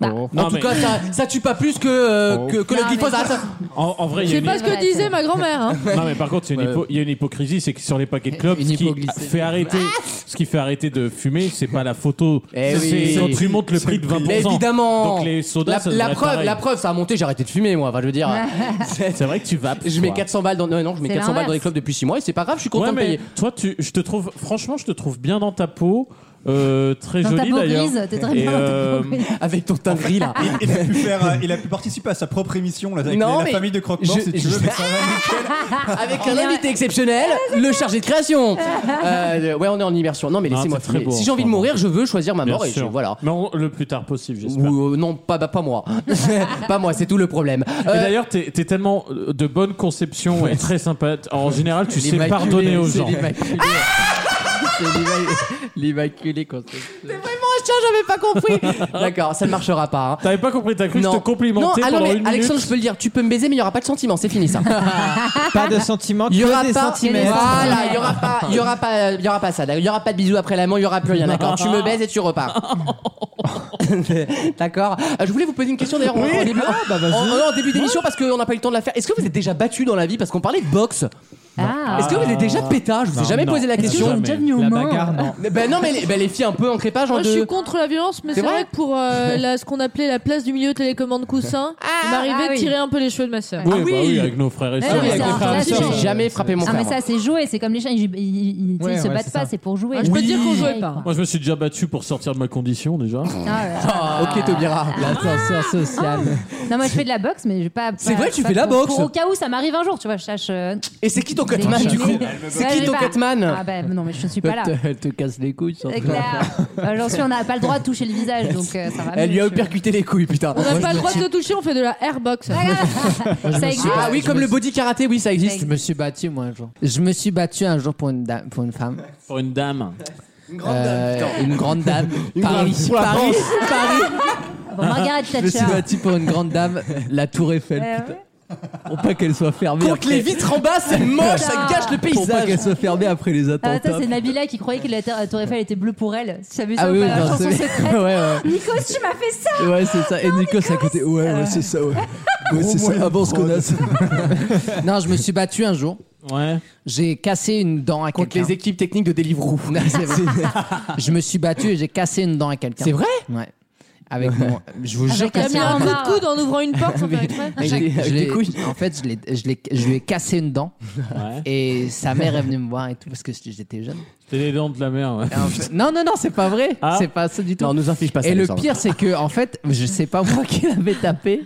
Speaker 4: Bah.
Speaker 2: en
Speaker 3: Non,
Speaker 2: tout
Speaker 3: mais-
Speaker 2: cas, ça, ça tue pas plus que, euh, que, que le
Speaker 4: Non, mais-
Speaker 2: glyphosate.
Speaker 3: En, en vrai, il y, a
Speaker 6: C'est
Speaker 3: une...
Speaker 6: pas ce que
Speaker 4: Voilà,
Speaker 6: disait
Speaker 4: c'est-
Speaker 6: ma grand-mère. hein.
Speaker 3: non, mais par contre, c'est une hypo- il y a une hypocrisie, c'est que sur les paquets de clopes,
Speaker 7: Une
Speaker 3: ce qui,
Speaker 7: hypoglycémie.
Speaker 3: fait arrêter,
Speaker 4: Ah
Speaker 3: ce qui fait arrêter de fumer, c'est pas la photo,
Speaker 2: Eh
Speaker 3: c'est
Speaker 2: oui.
Speaker 3: quand tu montes le prix de 20%.
Speaker 2: Mais évidemment.
Speaker 3: Donc les sodas,
Speaker 2: la,
Speaker 3: ça
Speaker 2: la
Speaker 3: devrait être
Speaker 2: preuve,
Speaker 3: pareil.
Speaker 2: la preuve, ça a monté. J'ai arrêté de fumer, moi. Enfin, je veux dire,
Speaker 3: C'est vrai que tu vas.
Speaker 2: je mets 400 balles dans. Non, non, je mets
Speaker 4: C'est
Speaker 2: 400 balles dans les
Speaker 4: l'inverse.
Speaker 2: clubs depuis 6 mois et c'est pas grave. Je suis content
Speaker 3: Ouais,
Speaker 2: de
Speaker 3: mais
Speaker 2: payer.
Speaker 3: toi, tu, je te trouve, franchement, je te trouve bien dans ta peau, euh, très
Speaker 4: Dans ta
Speaker 3: jolie
Speaker 4: peau
Speaker 3: d'ailleurs.
Speaker 4: grise, t'es très
Speaker 3: Et,
Speaker 4: bien dans ta
Speaker 3: euh,
Speaker 4: peau grise.
Speaker 2: Avec ton teint gris là.
Speaker 8: Il, il a pu faire, euh, il a pu participer à sa propre émission là, avec
Speaker 2: ah. Non,
Speaker 8: la
Speaker 2: mais-
Speaker 8: famille de Croque-Mort,
Speaker 2: je-
Speaker 8: si tu
Speaker 2: je-
Speaker 8: veux, mais ça va nickel.
Speaker 2: Avec un invité exceptionnel, le chargé de création. Euh, ouais, on est en immersion. Non, mais
Speaker 3: Non,
Speaker 2: laissez-moi
Speaker 3: c'est très
Speaker 2: fumer.
Speaker 3: beau,
Speaker 2: Si j'ai envie de
Speaker 3: enfin,
Speaker 2: mourir, je veux choisir ma
Speaker 3: bien
Speaker 2: mort et je-
Speaker 3: sûr.
Speaker 2: Ah, voilà.
Speaker 3: Mais on- le plus tard possible, j'espère.
Speaker 2: Ou euh, non, pas bah, pas moi. pas moi, c'est tout le problème.
Speaker 3: Et
Speaker 2: Euh,
Speaker 3: d'ailleurs, t'es es tellement euh, de bonne conception et très sympa. En général, tu sais
Speaker 7: L'immaculé,
Speaker 3: pardonner aux
Speaker 7: c'est
Speaker 3: gens.
Speaker 7: l'immaculé. C'est l'imma- l'immaculé quand
Speaker 2: tiens, j'avais pas compris. D'accord, ça ne marchera pas. hein.
Speaker 3: T'avais pas compris, t'as cru que je te
Speaker 2: non,
Speaker 3: complimentais
Speaker 2: ah non,
Speaker 3: pendant
Speaker 2: mais
Speaker 3: une
Speaker 2: Alexandre, je
Speaker 3: minute.
Speaker 2: peux le dire, tu peux me baiser, mais il n'y aura pas de sentiments, c'est fini ça.
Speaker 5: Pas de sentiments,
Speaker 2: Il y
Speaker 5: que
Speaker 2: aura
Speaker 5: des
Speaker 2: pas.
Speaker 5: centimètres.
Speaker 2: Voilà, il y aura pas, il y aura pas, il y aura pas ça. d'accord Il y aura pas de bisous après l'amour, il y aura plus rien. D'accord, tu me baises et tu repars. d'accord. Euh, Je voulais vous poser une question d'ailleurs en- bah, en début, en- en- en début d'émission parce qu'on n'a pas eu le temps de la faire. Est-ce que vous êtes déjà battu dans la vie parce qu'on parlait de boxe
Speaker 4: Ah.
Speaker 2: Est-ce que vous avez déjà péta Je vous ai
Speaker 3: Non,
Speaker 2: jamais
Speaker 3: non.
Speaker 2: posé la
Speaker 3: Est-ce que
Speaker 2: question.
Speaker 3: vous avez déjà
Speaker 11: venu au
Speaker 5: La
Speaker 11: Mans
Speaker 5: bagarre, non.
Speaker 2: Ben non, mais les, ben les filles un peu en crépage en
Speaker 6: Moi, Oh, je
Speaker 2: deux.
Speaker 6: suis contre la violence, mais
Speaker 2: C'est
Speaker 6: c'est
Speaker 2: vrai
Speaker 6: vrai, que pour euh, la, ce qu'on appelait la place du milieu télécommande coussin, il m'arrivait
Speaker 4: ah,
Speaker 6: de
Speaker 4: oui.
Speaker 6: tirer un peu les cheveux de ma sœur.
Speaker 3: Oui, bah oui, avec nos frères et
Speaker 4: Ouais,
Speaker 2: Ah,
Speaker 3: sœurs.
Speaker 4: mais
Speaker 3: avec
Speaker 4: ça,
Speaker 3: nos frères et
Speaker 4: ça,
Speaker 3: sœurs.
Speaker 4: c'est-
Speaker 2: J'ai jamais frappé mon
Speaker 4: Ah,
Speaker 2: frère.
Speaker 4: mais ça, c'est jouer, c'est comme les chiens, ils, ils- ils- ils- tu sais,
Speaker 5: Ouais,
Speaker 4: ils se
Speaker 5: ouais,
Speaker 4: battent
Speaker 5: c'est
Speaker 4: pas,
Speaker 5: ça.
Speaker 4: c'est pour jouer.
Speaker 6: Ah, je peux
Speaker 4: Oui.
Speaker 6: dire qu'on jouait pas.
Speaker 4: Quoi.
Speaker 3: Moi, je me suis déjà battu pour sortir de ma condition déjà.
Speaker 4: Ah, ouais.
Speaker 2: Ah, ok, Taubira.
Speaker 11: L'ascenseur social.
Speaker 4: Non, moi je fais de la boxe, mais je vais pas.
Speaker 2: C'est
Speaker 4: pas-
Speaker 2: vrai, tu
Speaker 4: pas
Speaker 2: fais la
Speaker 4: pour-
Speaker 2: boxe.
Speaker 4: pour- Au cas où ça m'arrive un jour, tu vois, je cherche. euh,
Speaker 2: Et c'est qui ton cutman du coup
Speaker 4: déchaîner.
Speaker 2: C'est
Speaker 4: Ouais,
Speaker 2: qui
Speaker 4: j'ai
Speaker 2: ton
Speaker 4: pas-
Speaker 2: cutman
Speaker 4: Ah, bah non, mais je ne suis pas là.
Speaker 11: Elle te casse les couilles, sans
Speaker 4: C'est clair. Euh, J'en suis, on n'a pas le droit de toucher le visage, donc euh, ça va.
Speaker 2: Elle
Speaker 4: mieux,
Speaker 2: lui a
Speaker 4: je-
Speaker 2: percuté les couilles, putain.
Speaker 6: On n'a pas le droit de se toucher, on fait de la airbox.
Speaker 4: Ça existe
Speaker 2: Ah oui, comme le body karaté, oui, ça existe.
Speaker 11: Je me suis battu moi un jour. Je me suis battu un jour pour une dame, pour une femme,
Speaker 3: Pour une dame.
Speaker 11: Euh, une grande dame, Paris,
Speaker 2: Pour la France.
Speaker 4: Bon, Margaret
Speaker 11: Je me suis
Speaker 4: Thatcher.
Speaker 11: battu pour une grande dame, la Tour Eiffel.
Speaker 4: Euh,
Speaker 11: putain. Pour pas qu'elle soit fermée.
Speaker 2: Contre les
Speaker 11: après-
Speaker 2: vitres en bas, c'est moche, ça
Speaker 4: Putain.
Speaker 2: gâche le
Speaker 11: Pour pas
Speaker 2: paysage.
Speaker 11: qu'elle soit fermée après les
Speaker 4: Ah,
Speaker 11: attentats.
Speaker 4: ça, c'est Nabila qui croyait que la Ter- Tour Eiffel était bleue pour elle. Tu savais ça
Speaker 11: Ah
Speaker 4: ou
Speaker 11: oui,
Speaker 4: pas, la
Speaker 11: non,
Speaker 4: chanson
Speaker 11: c'est-
Speaker 4: secrète
Speaker 11: ouais,
Speaker 4: Nikos, tu m'as fait ça
Speaker 11: ouais, ouais, c'est ça. Et Nikos à côté. Ouais, ouais, c'est ça, ouais. Ouais, c'est ça. Avance, connasse. non, je me suis battu un jour.
Speaker 3: Ouais.
Speaker 11: J'ai cassé une dent à
Speaker 2: Contre
Speaker 11: quelqu'un.
Speaker 2: les équipes techniques de Deliveroo.
Speaker 11: Non, c'est vrai. je me suis battu et j'ai cassé une dent à quelqu'un.
Speaker 2: C'est vrai
Speaker 11: Ouais. Avec mon. Je vous jure
Speaker 4: Avec
Speaker 11: que
Speaker 6: T'as mis
Speaker 11: c'est
Speaker 6: un coup
Speaker 4: Tiens,
Speaker 6: de coude en ouvrant une porte sans faire exprès.
Speaker 11: Je l'ai-
Speaker 2: Avec
Speaker 11: je
Speaker 2: des
Speaker 11: l'ai-
Speaker 2: couilles.
Speaker 11: En fait, je, l'ai- je, l'ai- je lui ai cassé une dent
Speaker 3: ouais.
Speaker 11: et sa mère est venue me voir et tout parce que j'étais jeune.
Speaker 3: C'était les dents de la mer. Ouais.
Speaker 11: Et en fait- non, non, non, c'est pas vrai.
Speaker 3: Ah.
Speaker 11: C'est pas ça du tout.
Speaker 2: Non, on nous inflige pas ça.
Speaker 11: et
Speaker 2: il me
Speaker 11: le
Speaker 2: semble.
Speaker 11: pire, c'est que, en fait, je sais pas moi qui l'avais tapé,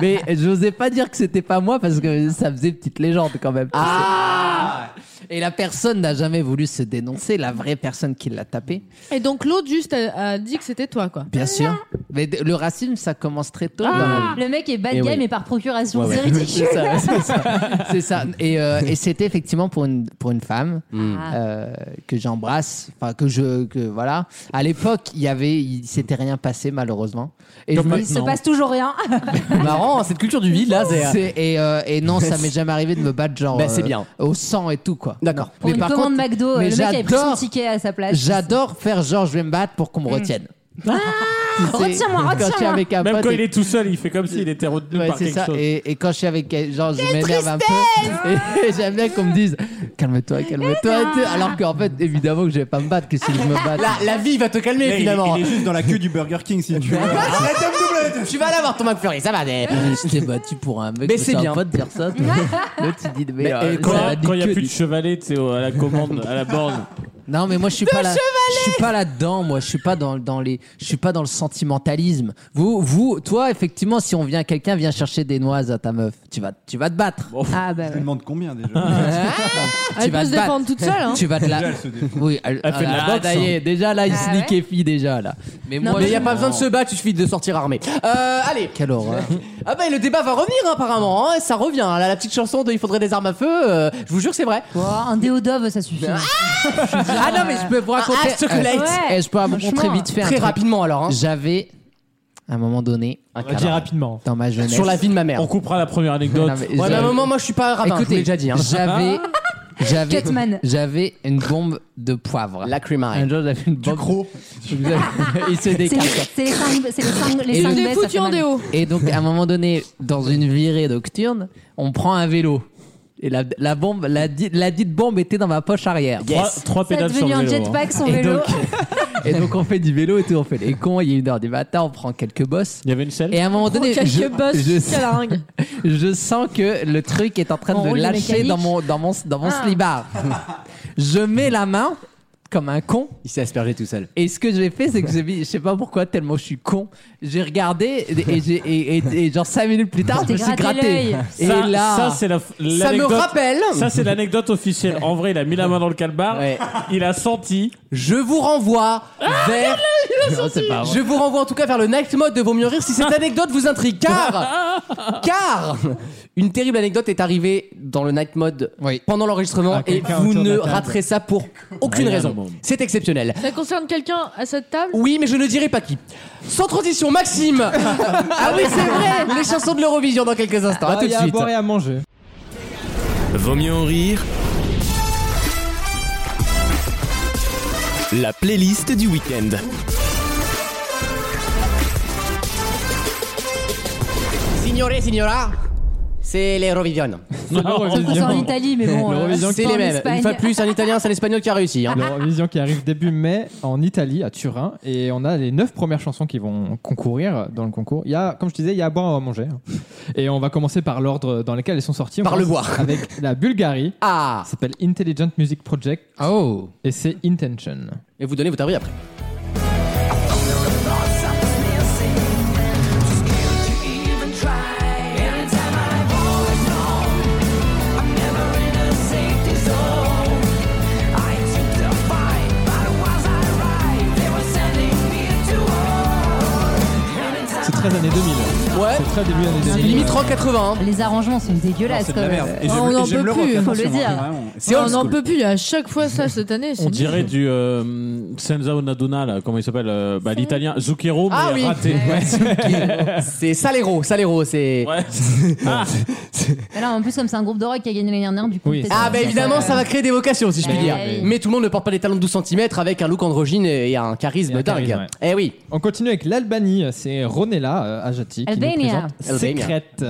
Speaker 11: mais j'osais pas dire que c'était pas moi parce que ça faisait petite légende quand même.
Speaker 2: Ah
Speaker 11: Et la personne n'a jamais voulu se dénoncer, la vraie personne qui l'a tapé.
Speaker 6: Et donc l'autre juste a, a dit que c'était toi quoi.
Speaker 11: Bien sûr. Mais d- le racisme, ça commence très tôt. dans la vie.
Speaker 4: Le mec est bad
Speaker 11: Ah. Eh
Speaker 4: game
Speaker 11: oui.
Speaker 4: et par procuration,
Speaker 11: Ouais,
Speaker 4: c'est
Speaker 11: ouais.
Speaker 4: ridicule.
Speaker 11: C'est ça, c'est ça. C'est ça. Et, euh, et c'était effectivement pour une, pour une femme
Speaker 4: Ah.
Speaker 11: euh, que j'embrasse, enfin que je, que voilà. À l'époque, il y avait, il s'était rien passé malheureusement. Et je me-
Speaker 4: Il se passe toujours rien.
Speaker 2: Marrant, hein, cette culture du vide là, c'est.
Speaker 11: C'est- et, euh, et non, ça m'est jamais arrivé de me battre genre
Speaker 2: Bah, c'est bien.
Speaker 11: au sang et tout quoi.
Speaker 2: D'accord.
Speaker 11: Mais
Speaker 4: Pour une
Speaker 11: par
Speaker 4: commande
Speaker 11: contre,
Speaker 4: McDo,
Speaker 11: mais
Speaker 4: le mec avait pris son
Speaker 11: j'adore-
Speaker 4: ticket à sa place.
Speaker 11: J'adore faire genre je vais me battre pour
Speaker 5: Hmm.
Speaker 11: qu'on me retienne.
Speaker 5: Ah,
Speaker 11: Tu sais,
Speaker 4: Retiens-moi,
Speaker 11: quand je suis
Speaker 4: retiens-moi.
Speaker 11: avec un
Speaker 3: Même
Speaker 11: pote
Speaker 3: quand
Speaker 11: et-
Speaker 3: il est tout seul, il fait comme s'il était retenu
Speaker 11: Ouais,
Speaker 3: par
Speaker 11: c'est
Speaker 3: quelque
Speaker 11: ça.
Speaker 3: chose.
Speaker 11: Et, et quand je suis avec quel- genre, je m'énerve un peu. Et j'aime bien qu'on me dise calme-toi, calme-toi. tu sais, Alors qu'en fait, évidemment, que je vais pas me battre, que si je me bats.
Speaker 2: La, la vie va te calmer
Speaker 8: il,
Speaker 2: finalement.
Speaker 8: il est juste dans la queue du Burger King si tu veux. Arrête de me doubler
Speaker 2: Tu vas l'avoir ton McFlurry, ça va. des-
Speaker 11: Je t'ai battu pour un mec,
Speaker 2: Mais c'est bien.
Speaker 11: pas de dire ça. toi. L'autre, il dit, mais,
Speaker 2: Mais,
Speaker 11: euh,
Speaker 2: et
Speaker 3: Quand
Speaker 11: ça
Speaker 3: quand
Speaker 11: va
Speaker 3: il n'y a
Speaker 11: niquer,
Speaker 3: plus de
Speaker 11: lui.
Speaker 3: chevalet, tu sais, au- à la commande, à la borne.
Speaker 11: Non, mais moi, je suis pas là. Je suis pas là-dedans, moi. Je suis pas dans, dans les. Je suis pas dans le sentimentalisme. Vous, vous, toi, effectivement, si on vient, quelqu'un vient chercher des noises à ta meuf, tu vas, tu vas te battre.
Speaker 4: Ah bah
Speaker 8: Tu
Speaker 4: ouais.
Speaker 8: demandes combien déjà
Speaker 11: tu
Speaker 2: Ah,
Speaker 6: Elle
Speaker 11: vas
Speaker 6: peut se
Speaker 11: te battre.
Speaker 6: défendre toute seule. hein.
Speaker 11: Tu vas te la.
Speaker 8: Déjà, elle se dé-
Speaker 11: Oui, elle,
Speaker 3: Elle fait de la
Speaker 11: ah,
Speaker 3: boxe,
Speaker 11: ça y est, déjà là, il
Speaker 4: Ah
Speaker 11: se
Speaker 4: ouais
Speaker 11: liquéfie déjà là. Mais moi,
Speaker 2: Mais il n'y a
Speaker 11: je-
Speaker 2: pas besoin de se battre, il suffit de sortir armé. Euh, allez.
Speaker 11: Quelle horreur.
Speaker 2: Ah bah le débat va revenir hein, apparemment, hein. ça revient. hein. La, la petite chanson de Il faudrait des armes à feu, euh, je vous jure c'est vrai.
Speaker 4: Bon, un déo Dove, ça suffit.
Speaker 11: ah non, mais je peux vous raconter.
Speaker 2: Ah, chocolate.
Speaker 11: Eh, je peux vous raconter très
Speaker 4: Franchement,
Speaker 11: vite fait. un
Speaker 2: Très
Speaker 11: truc.
Speaker 2: rapidement alors. hein.
Speaker 11: J'avais,
Speaker 5: Ah,
Speaker 11: à un moment donné,
Speaker 2: Un
Speaker 5: On va dire rapidement.
Speaker 11: dans ma jeunesse.
Speaker 2: Sur la vie de ma mère.
Speaker 3: On coupera la première anecdote.
Speaker 11: Non, mais
Speaker 2: Ouais, mais à un
Speaker 11: j'avais-
Speaker 2: moment, moi je suis pas rabbin, je vous l'ai
Speaker 11: Écoutez,
Speaker 2: déjà dit. Hein.
Speaker 11: j'avais, j'avais,
Speaker 4: Catman.
Speaker 11: j'avais une bombe de poivre.
Speaker 2: Lacrimae.
Speaker 11: Un jour, j'avais une bombe.
Speaker 8: Gros.
Speaker 11: Il se
Speaker 4: C'est
Speaker 11: décale.
Speaker 4: c'est les cinq c'est les cinq- les
Speaker 11: Et
Speaker 4: cinq
Speaker 11: je
Speaker 6: Je l'ai
Speaker 4: baisses, ça
Speaker 6: foutu
Speaker 4: fait
Speaker 6: en
Speaker 4: mal.
Speaker 6: déo.
Speaker 11: Et donc, à un moment donné, dans une virée nocturne, on prend un vélo. Et la, la bombe, la, di- la dite bombe était dans ma poche arrière.
Speaker 3: Trois, trois
Speaker 4: Ça a
Speaker 3: pédales sur
Speaker 4: devenu
Speaker 3: le
Speaker 4: un
Speaker 3: vélo. hein.
Speaker 4: jetpack son
Speaker 11: Et
Speaker 4: vélo.
Speaker 11: donc, et donc, on fait du vélo et tout, on fait les cons, il est une heure du matin, on prend quelques bosses.
Speaker 3: Il y avait une selle
Speaker 11: Et à un moment donné,
Speaker 6: quelques
Speaker 11: je,
Speaker 6: bosses,
Speaker 11: je, je sens que le truc est en train
Speaker 4: On
Speaker 11: de
Speaker 4: roule le
Speaker 11: lâcher
Speaker 4: mécanique.
Speaker 11: dans mon, dans mon, dans mon
Speaker 4: Ah.
Speaker 11: slibard. Je mets la main comme un con
Speaker 2: Il s'est aspergé tout seul.
Speaker 11: et ce que j'ai fait, c'est que j'ai mis, je sais pas pourquoi, tellement je suis con, j'ai regardé et, j'ai- et- et- et genre 5 minutes plus tard, je me
Speaker 4: T'es
Speaker 11: suis
Speaker 4: gratté
Speaker 11: gratté.
Speaker 4: l'œil.
Speaker 11: Et
Speaker 3: ça,
Speaker 11: là,
Speaker 3: ça, c'est la,
Speaker 2: Ça me
Speaker 3: l'anecdote-
Speaker 2: rappelle,
Speaker 3: Ça, c'est l'anecdote officielle. En vrai, il a mis la main dans le calbar.
Speaker 2: Ouais.
Speaker 3: Il a senti.
Speaker 2: je vous renvoie vers.
Speaker 11: Non, c'est pas vrai.
Speaker 2: Je vous renvoie en tout cas vers le night mode de Vaut mieux rire si cette anecdote vous intrigue. Car, car une terrible anecdote est arrivée dans le night mode
Speaker 11: Oui.
Speaker 2: pendant l'enregistrement
Speaker 5: À
Speaker 2: et
Speaker 5: quelqu'un
Speaker 2: vous
Speaker 5: autour de
Speaker 2: ne
Speaker 5: la table.
Speaker 2: raterez ça pour aucune
Speaker 3: Rien
Speaker 2: raison.
Speaker 3: au monde.
Speaker 2: C'est exceptionnel.
Speaker 6: Ça concerne quelqu'un à cette table
Speaker 2: Oui, mais je ne dirai pas qui. Sans transition, Maxime. ah oui, c'est vrai. Les chansons de l'Eurovision dans quelques instants. à
Speaker 5: Ah,
Speaker 2: tout
Speaker 5: il y
Speaker 2: de
Speaker 5: a à
Speaker 2: suite.
Speaker 5: boire et à manger.
Speaker 1: Vaut mieux en rire. La playlist du week-end.
Speaker 2: Signore, signora. C'est l'Eurovision.
Speaker 4: C'est en Italie, mais bon. euh,
Speaker 2: C'est
Speaker 4: pas en
Speaker 2: les mêmes.
Speaker 4: Espagne.
Speaker 2: Une fois de plus, un Italien, c'est un Espagnol qui a réussi. hein.
Speaker 5: L'Eurovision qui arrive début mai en Italie, à Turin, et on a les neuf premières chansons qui vont concourir dans le concours. Il y a, comme je disais, il y a à boire et à manger. hein. Et on va commencer par l'ordre dans lequel elles sont sorties. On
Speaker 2: Par le
Speaker 5: commence
Speaker 2: boire.
Speaker 5: Avec la Bulgarie.
Speaker 2: Ah
Speaker 5: Ça s'appelle Intelligent Music Project.
Speaker 2: Oh
Speaker 5: Et c'est Intention.
Speaker 2: Et vous donnez votre avis après.
Speaker 5: C'est très années 2000.
Speaker 2: Ouais.
Speaker 5: C'est très début années 2000.
Speaker 2: C'est limite rock 80. hein.
Speaker 4: Les arrangements sont dégueulasses
Speaker 8: C'est de
Speaker 4: quand
Speaker 8: la
Speaker 4: même.
Speaker 8: merde.
Speaker 6: Ah,
Speaker 8: j'aime-
Speaker 6: on en
Speaker 8: j'aime
Speaker 6: peut
Speaker 8: le rock,
Speaker 6: plus, faut
Speaker 4: le
Speaker 8: attention,
Speaker 4: dire.
Speaker 8: hein, vraiment.
Speaker 2: C'est
Speaker 6: on
Speaker 2: old
Speaker 6: n'en
Speaker 2: school.
Speaker 6: peut plus, à chaque fois ça cette année.
Speaker 3: On
Speaker 6: c'est
Speaker 3: dirait
Speaker 6: nul.
Speaker 3: du euh, Senza Unaduna, là, comment il s'appelle euh, bah, L'italien Zucchero, mais
Speaker 2: Ah oui.
Speaker 3: raté.
Speaker 2: C'est Salero, Salero, c'est.
Speaker 3: Ouais.
Speaker 4: Mais là, en plus, comme c'est un groupe de rock qui a gagné l'année dernière, du coup.
Speaker 5: Oui,
Speaker 4: peut-être
Speaker 2: Ah
Speaker 4: que
Speaker 2: bah évidemment, ça va créer des vocations si je puis
Speaker 4: Eh
Speaker 2: dire.
Speaker 4: oui.
Speaker 2: Mais tout le monde ne porte pas des talons de 12 cm avec un look androgyne et un charisme
Speaker 5: Et un
Speaker 2: dingue.
Speaker 5: charisme, ouais.
Speaker 2: Eh oui.
Speaker 5: On continue avec l'Albanie. C'est Ronella euh, Ajati qui nous
Speaker 4: Albania.
Speaker 5: présente
Speaker 2: Albania.
Speaker 5: Secrète.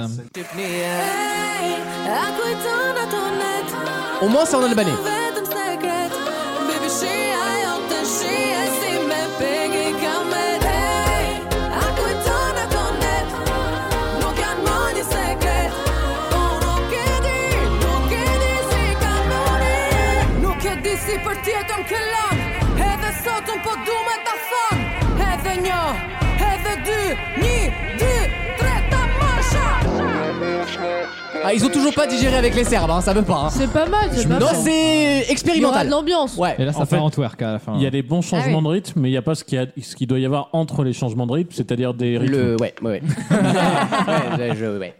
Speaker 2: Au moins, c'est en albanais. Ah, ils ont toujours pas digéré avec les Serbes, hein, ça veut pas. hein.
Speaker 6: C'est pas mal, c'est pas
Speaker 2: Non,
Speaker 6: mal.
Speaker 2: c'est
Speaker 6: Il y aura de
Speaker 2: expérimental.
Speaker 6: l'ambiance.
Speaker 2: Ouais.
Speaker 5: Et là, ça
Speaker 3: En
Speaker 5: part
Speaker 3: fait,
Speaker 5: en twerk à la fin.
Speaker 3: Il y a des bons changements
Speaker 4: Ah oui.
Speaker 3: de rythme, mais il n'y a pas ce qu'il y a- ce qu'il doit y avoir entre les changements de rythme, c'est-à-dire des rythmes.
Speaker 2: Le ouais ouais. ouais. ouais, je- je- ouais.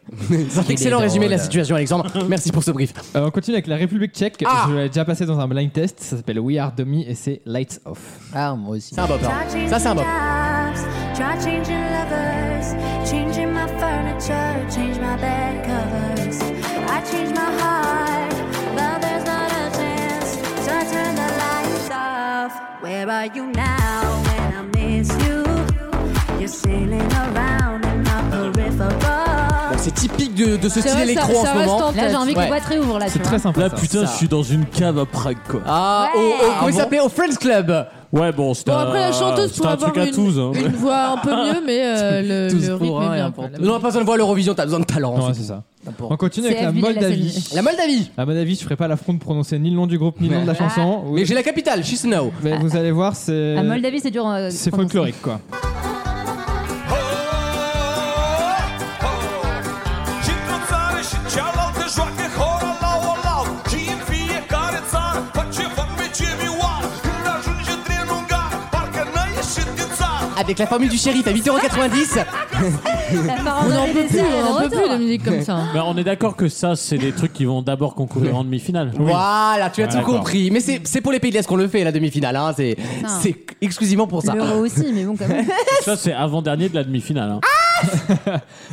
Speaker 2: C'est un excellent résumé de la situation, Alexandre. Merci pour ce brief.
Speaker 5: Euh, on continue avec la République tchèque.
Speaker 2: Ah
Speaker 5: Je l'avais déjà passé dans un blind test. Ça s'appelle We Are Demi et c'est Lights Off.
Speaker 7: Ah, moi aussi.
Speaker 2: C'est un bop. hein. Ça, c'est un bop.
Speaker 11: Try changing lovers, changing my furniture, change my bed covers. I change my heart, but there's not a chance. So I turn the lights off. Where are you now when I miss you? You're sailing around in my peripheral.
Speaker 2: Bon, c'est typique de, de ce
Speaker 6: C'est
Speaker 2: style
Speaker 6: vrai, ça-
Speaker 2: électro en
Speaker 6: ça
Speaker 2: ce
Speaker 6: reste
Speaker 2: moment.
Speaker 6: en-
Speaker 4: Là, j'ai envie que
Speaker 2: Ouais.
Speaker 4: les boîtes réouvrent là. tu
Speaker 5: C'est
Speaker 4: vois.
Speaker 5: très sympa.
Speaker 3: Là,
Speaker 5: ça.
Speaker 3: putain,
Speaker 2: ça.
Speaker 3: je suis dans une cave à Prague, quoi.
Speaker 2: Ah,
Speaker 4: Ouais.
Speaker 2: au, au-
Speaker 4: Ah
Speaker 2: comment il
Speaker 3: bon
Speaker 2: s'appelait au Friends Club.
Speaker 3: Ouais, bon, c'était
Speaker 6: Bon, après,
Speaker 3: un-
Speaker 6: la chanteuse
Speaker 3: c'était
Speaker 6: pourrait
Speaker 3: un
Speaker 6: avoir
Speaker 3: truc à
Speaker 6: une,
Speaker 3: tous. hein.
Speaker 6: une voix un peu mieux, mais euh, le,
Speaker 7: Tous
Speaker 6: le rythme
Speaker 7: pour un
Speaker 6: est
Speaker 7: et
Speaker 6: bien.
Speaker 7: un
Speaker 6: quoi.
Speaker 7: pour
Speaker 6: La
Speaker 2: On n'a pas besoin de voir l'Eurovision, t'as besoin de talent.
Speaker 5: Non,
Speaker 2: en
Speaker 5: ouais,
Speaker 2: fait.
Speaker 5: c'est ça.
Speaker 7: Bon.
Speaker 5: On continue
Speaker 4: C'est
Speaker 5: avec la
Speaker 4: FBL,
Speaker 5: Moldavie.
Speaker 4: SNV.
Speaker 2: La Moldavie.
Speaker 5: La Moldavie, je ferai pas l'affront de prononcer ni le nom du groupe ni le nom de la chanson. Oui.
Speaker 2: Mais j'ai la capitale, Chisinau.
Speaker 5: Mais vous allez voir, c'est
Speaker 4: À Moldavie, c'est dur. euh,
Speaker 5: c'est
Speaker 4: prononcer.
Speaker 5: folklorique quoi.
Speaker 2: Avec la formule du shérif à 8,90€.
Speaker 4: La
Speaker 6: On
Speaker 4: parole
Speaker 6: n'en
Speaker 4: des
Speaker 6: peut plus,
Speaker 4: déserts est de
Speaker 6: on n'en peut
Speaker 4: retour.
Speaker 6: plus de musique comme ça.
Speaker 3: Mais on est d'accord que ça, c'est des trucs qui vont d'abord concourir en demi-finale.
Speaker 2: Voilà, tu as
Speaker 3: Ouais,
Speaker 2: tout
Speaker 3: d'accord.
Speaker 2: compris. Mais c'est c'est pour les pays de l'Est qu'on le fait, la demi-finale. hein. C'est
Speaker 4: Ah.
Speaker 2: c'est exclusivement pour ça.
Speaker 4: L'euro aussi, mais bon, quand même.
Speaker 3: Ça, c'est avant-dernier de la demi-finale. hein.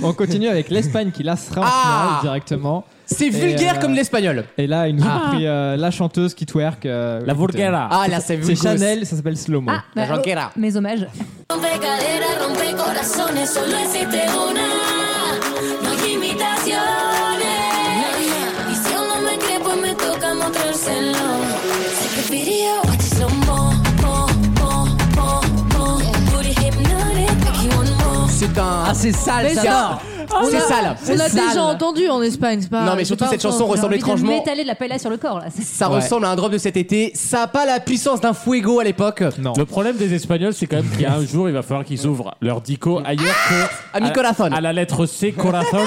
Speaker 5: On continue avec l'Espagne qui là sera en
Speaker 2: Ah
Speaker 5: finale directement.
Speaker 2: C'est vulgaire
Speaker 5: euh,
Speaker 2: comme l'espagnol.
Speaker 5: Et là, ils nous ont pris euh, la chanteuse qui twerk. euh,
Speaker 3: La
Speaker 5: écoutez.
Speaker 3: Vulgara.
Speaker 2: Ah là, c'est
Speaker 5: C'est
Speaker 2: vulgaire.
Speaker 5: Chanel, ça s'appelle Slow Mo.
Speaker 4: Ah, bah,
Speaker 2: La Jonquera.
Speaker 4: oh, mes hommages.
Speaker 11: Rompe caderas, rompe corazones, solo existe una. No hay imitaciones. Y si aún no me cree, pues me toca mostrárselo. Take a video, watch it slow mo, mo, mo, mo, mo. Booty hypnotic, make you want more.
Speaker 2: C'est un.
Speaker 7: Ah, c'est sale,
Speaker 6: Mais ça-
Speaker 7: ça.
Speaker 6: On
Speaker 2: C'est
Speaker 6: a-
Speaker 2: sale.
Speaker 6: On a
Speaker 7: C'est sale.
Speaker 6: déjà entendu en Espagne, c'est pas.
Speaker 2: Non, mais
Speaker 6: c'est
Speaker 2: surtout,
Speaker 6: pas
Speaker 2: cette
Speaker 6: en France.
Speaker 2: chanson ressemble
Speaker 4: J'ai envie de
Speaker 2: étrangement.
Speaker 4: m'étaler de la paella sur le corps là. C'est-
Speaker 2: Ça ressemble à un drop de cet été. Ça n'a pas la puissance d'un fuego à l'époque.
Speaker 5: Non.
Speaker 3: Le problème des Espagnols, c'est quand même qu'il y a un jour, il va falloir qu'ils ouvrent leur dico ailleurs que
Speaker 2: À mi corazón.
Speaker 3: à la lettre C, corazón,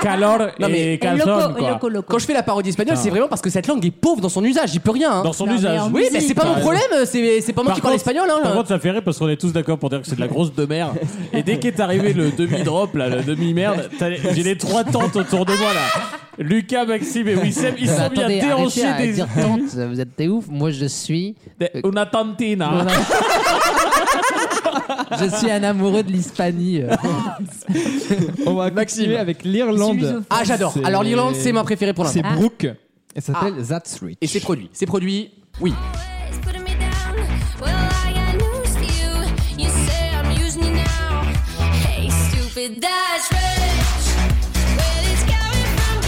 Speaker 3: calor
Speaker 2: Non, mais-
Speaker 3: et
Speaker 2: Et
Speaker 4: El
Speaker 3: calzón.
Speaker 4: loco,
Speaker 3: quoi.
Speaker 4: el loco, loco.
Speaker 2: Quand je fais la parodie espagnole, c'est vraiment parce que cette langue est pauvre dans son usage. J'y peux rien. hein.
Speaker 3: Ah. Dans son
Speaker 4: Non, mais
Speaker 3: usage.
Speaker 4: en
Speaker 2: Oui, mais c'est pas
Speaker 3: T'as
Speaker 2: mon
Speaker 3: raison.
Speaker 2: problème. euh, C'est c'est pas moi
Speaker 3: Par
Speaker 2: qui parle
Speaker 3: contre-
Speaker 2: espagnol. hein.
Speaker 3: Par contre, ça fait rire parce qu'on est tous d'accord pour dire que c'est de la grosse de mer. Et dès qu'est arrivé le demi-drop, là, le demi-merde, t'as les- j'ai les trois tantes autour de moi, là. Lucas, Maxime et Wissem, ils
Speaker 7: Bah,
Speaker 3: sont bien
Speaker 7: attendez, arrêtez
Speaker 3: déhanchés
Speaker 7: à
Speaker 3: des...
Speaker 7: dire tante, vous êtes des ouf. Moi, je suis,
Speaker 3: des- Una tantina.
Speaker 7: je suis un amoureux de l'Hispanie. euh.
Speaker 5: On va continuer avec l'Irlande.
Speaker 2: Ah, j'adore. Alors, l'Irlande, c'est ma préférée pour
Speaker 5: C'est
Speaker 2: l'instant.
Speaker 5: Brooke. Et ça s'appelle That's Rich.
Speaker 2: Et c'est produit. C'est produit. Oui.
Speaker 11: It's putting me down. Well, I got news for you. You say I'm using you now. Hey, stupid, that's rich. Well, it's coming from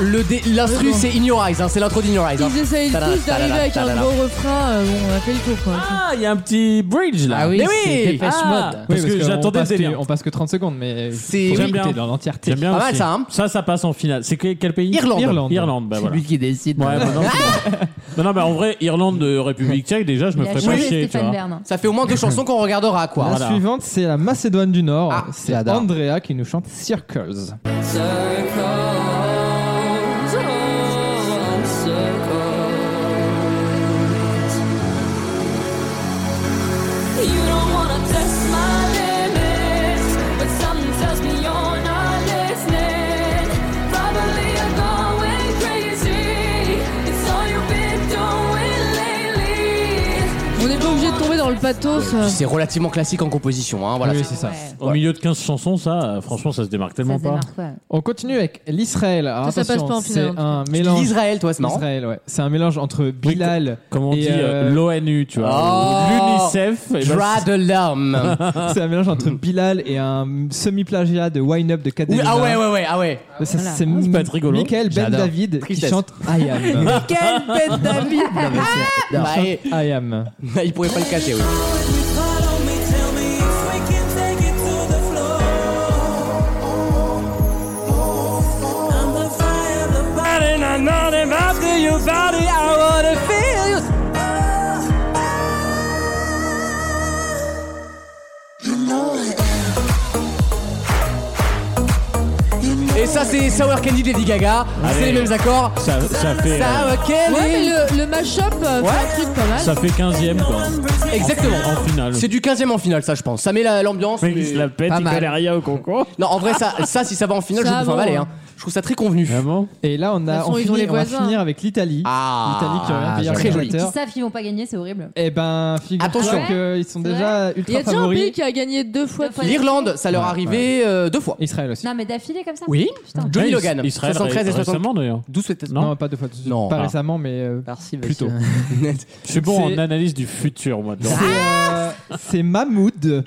Speaker 2: le dé- l'instru
Speaker 6: Vraiment.
Speaker 2: c'est In Your Eyes, hein, c'est l'intro d'In Your Eyes. hein.
Speaker 6: Ils essayent
Speaker 2: Tadada,
Speaker 6: tous d'arriver
Speaker 2: tadada,
Speaker 6: avec un
Speaker 2: tadada.
Speaker 6: gros refrain. euh, bon, on a fait le tour quoi.
Speaker 3: Ah, il y a un petit bridge là.
Speaker 5: Ah oui,
Speaker 3: Mais
Speaker 5: c'est Dépêche
Speaker 3: Ah,
Speaker 5: Mode.
Speaker 3: Parce
Speaker 5: Oui, parce
Speaker 3: que
Speaker 5: qu'on
Speaker 3: j'attendais le
Speaker 5: passe
Speaker 3: délire.
Speaker 5: que- on passe que 30 secondes, mais
Speaker 2: C'est-
Speaker 5: faut
Speaker 2: oui.
Speaker 5: écouter
Speaker 2: Bien.
Speaker 5: dans l'entièreté.
Speaker 3: J'aime bien
Speaker 2: Pas mal,
Speaker 3: aussi.
Speaker 2: ça, hein
Speaker 3: ça, ça passe en finale. C'est que- quel pays
Speaker 2: Irlande.
Speaker 3: Irlande. Irlande, bah
Speaker 7: C'est
Speaker 3: voilà.
Speaker 7: lui qui décide.
Speaker 3: Ouais, bah non, c'est- non, non, mais en vrai, Irlande, de République tchèque, déjà, je me
Speaker 4: Il a
Speaker 3: ferais pas
Speaker 4: changé
Speaker 3: chier, tu
Speaker 4: Stéphane
Speaker 3: vois.
Speaker 4: Bern.
Speaker 2: Ça fait au moins deux chansons qu'on regardera quoi.
Speaker 5: La
Speaker 2: Voilà.
Speaker 5: suivante, c'est la Macédoine du Nord.
Speaker 2: Ah,
Speaker 5: c'est
Speaker 7: j'adore.
Speaker 5: Andrea qui nous chante Circles.
Speaker 11: You don't wanna test my limits, but something tells me you're not listening. Probably you're going crazy. It's all you've been doing lately.
Speaker 6: On n'est pas obligé de tomber dans le pathos. euh.
Speaker 2: C'est relativement classique en composition, hein, voilà.
Speaker 5: Oui, c'est ça.
Speaker 3: Au milieu de 15 chansons, ça, euh, franchement, ça se démarque tellement pas.
Speaker 5: On continue avec l'Israël. Alors,
Speaker 6: Ça, ça passe
Speaker 5: attention,
Speaker 6: pas en finale,
Speaker 5: C'est
Speaker 6: en
Speaker 5: un
Speaker 2: Tu dis
Speaker 5: mélange.
Speaker 2: Israël, toi, c'est marrant.
Speaker 5: Israël, ouais. C'est un mélange entre Bilal.
Speaker 3: Comme on
Speaker 5: et,
Speaker 3: dit,
Speaker 5: euh,
Speaker 3: l'ONU, tu vois.
Speaker 2: Oh.
Speaker 3: L'UNICEF. et ben,
Speaker 2: Dra de l'homme.
Speaker 5: c'est un mélange entre Bilal et un semi-plagiat de Wine Up de Cat
Speaker 2: Oui, ah
Speaker 5: Design.
Speaker 2: ouais, ouais, ouais, ah ouais.
Speaker 5: Ça, c'est- C'est
Speaker 3: peut être rigolo.
Speaker 5: Michael Ben
Speaker 2: J'adore.
Speaker 5: David qui
Speaker 2: Tristesse. Ah,
Speaker 5: chante I Am.
Speaker 2: Quel bête d'avis bah,
Speaker 5: Chante I Am.
Speaker 2: Il pourrait pas le cacher, oui. Et ça, c'est Sour Candy de Lady Gaga. C'est
Speaker 3: Allez.
Speaker 2: les mêmes accords.
Speaker 3: Ça, ça fait, euh,
Speaker 2: Sour Candy.
Speaker 6: Ouais, mais le, le mashup euh, fait un truc pas mal.
Speaker 3: ça fait 15ème, quoi.
Speaker 2: Exactement.
Speaker 3: En finale.
Speaker 2: C'est du 15 e en finale, ça, je pense. Ça met la- l'ambiance.
Speaker 3: Mais il
Speaker 2: mais-
Speaker 3: se la pète,
Speaker 7: pas
Speaker 3: il
Speaker 7: mal.
Speaker 3: connaît rien au concours.
Speaker 2: Non, en vrai, ça, ça, si ça va en finale,
Speaker 6: Ça
Speaker 2: je trouve ça
Speaker 6: va,
Speaker 2: valer.
Speaker 6: ouais.
Speaker 2: Hein. Je trouve ça très convenu.
Speaker 3: Vraiment
Speaker 5: Et là, on,
Speaker 6: De toute
Speaker 5: a,
Speaker 6: façon,
Speaker 5: on,
Speaker 6: ils ont
Speaker 5: finit-
Speaker 6: les
Speaker 5: on va
Speaker 6: voisins.
Speaker 5: finir avec l'Italie.
Speaker 2: Ah,
Speaker 5: L'Italie qui revient
Speaker 2: très
Speaker 5: pays
Speaker 2: joli.
Speaker 4: Ils
Speaker 5: organisateur.
Speaker 4: savent qu'ils vont pas gagner, c'est horrible.
Speaker 5: Eh ben,
Speaker 2: Attention.
Speaker 6: Ah,
Speaker 5: figure-toi qu'ils sont
Speaker 4: C'est
Speaker 5: déjà
Speaker 6: Il y
Speaker 5: ultra
Speaker 6: a déjà un pays
Speaker 5: favoris.
Speaker 6: qui a gagné deux fois.
Speaker 4: Deux fois.
Speaker 2: L'Irlande, ça leur est
Speaker 5: Ouais,
Speaker 2: arrivé euh, deux fois.
Speaker 5: Israël aussi.
Speaker 4: Non, mais d'affilée comme ça
Speaker 2: Oui.
Speaker 4: Putain.
Speaker 2: Johnny
Speaker 3: Ouais, Is-
Speaker 2: Logan,
Speaker 3: Israël,
Speaker 2: 73 et 60.
Speaker 3: récemment, d'ailleurs.
Speaker 2: 12
Speaker 5: Non,
Speaker 3: Non
Speaker 5: pas deux fois. tout de suite.
Speaker 2: Non.
Speaker 5: Pas
Speaker 3: Ah.
Speaker 5: récemment, mais euh,
Speaker 7: Merci,
Speaker 5: Plutôt.
Speaker 7: monsieur.
Speaker 3: Je suis bon
Speaker 5: C'est-
Speaker 3: en analyse du futur, moi. dedans.
Speaker 5: c'est, euh, c'est Mahmoud.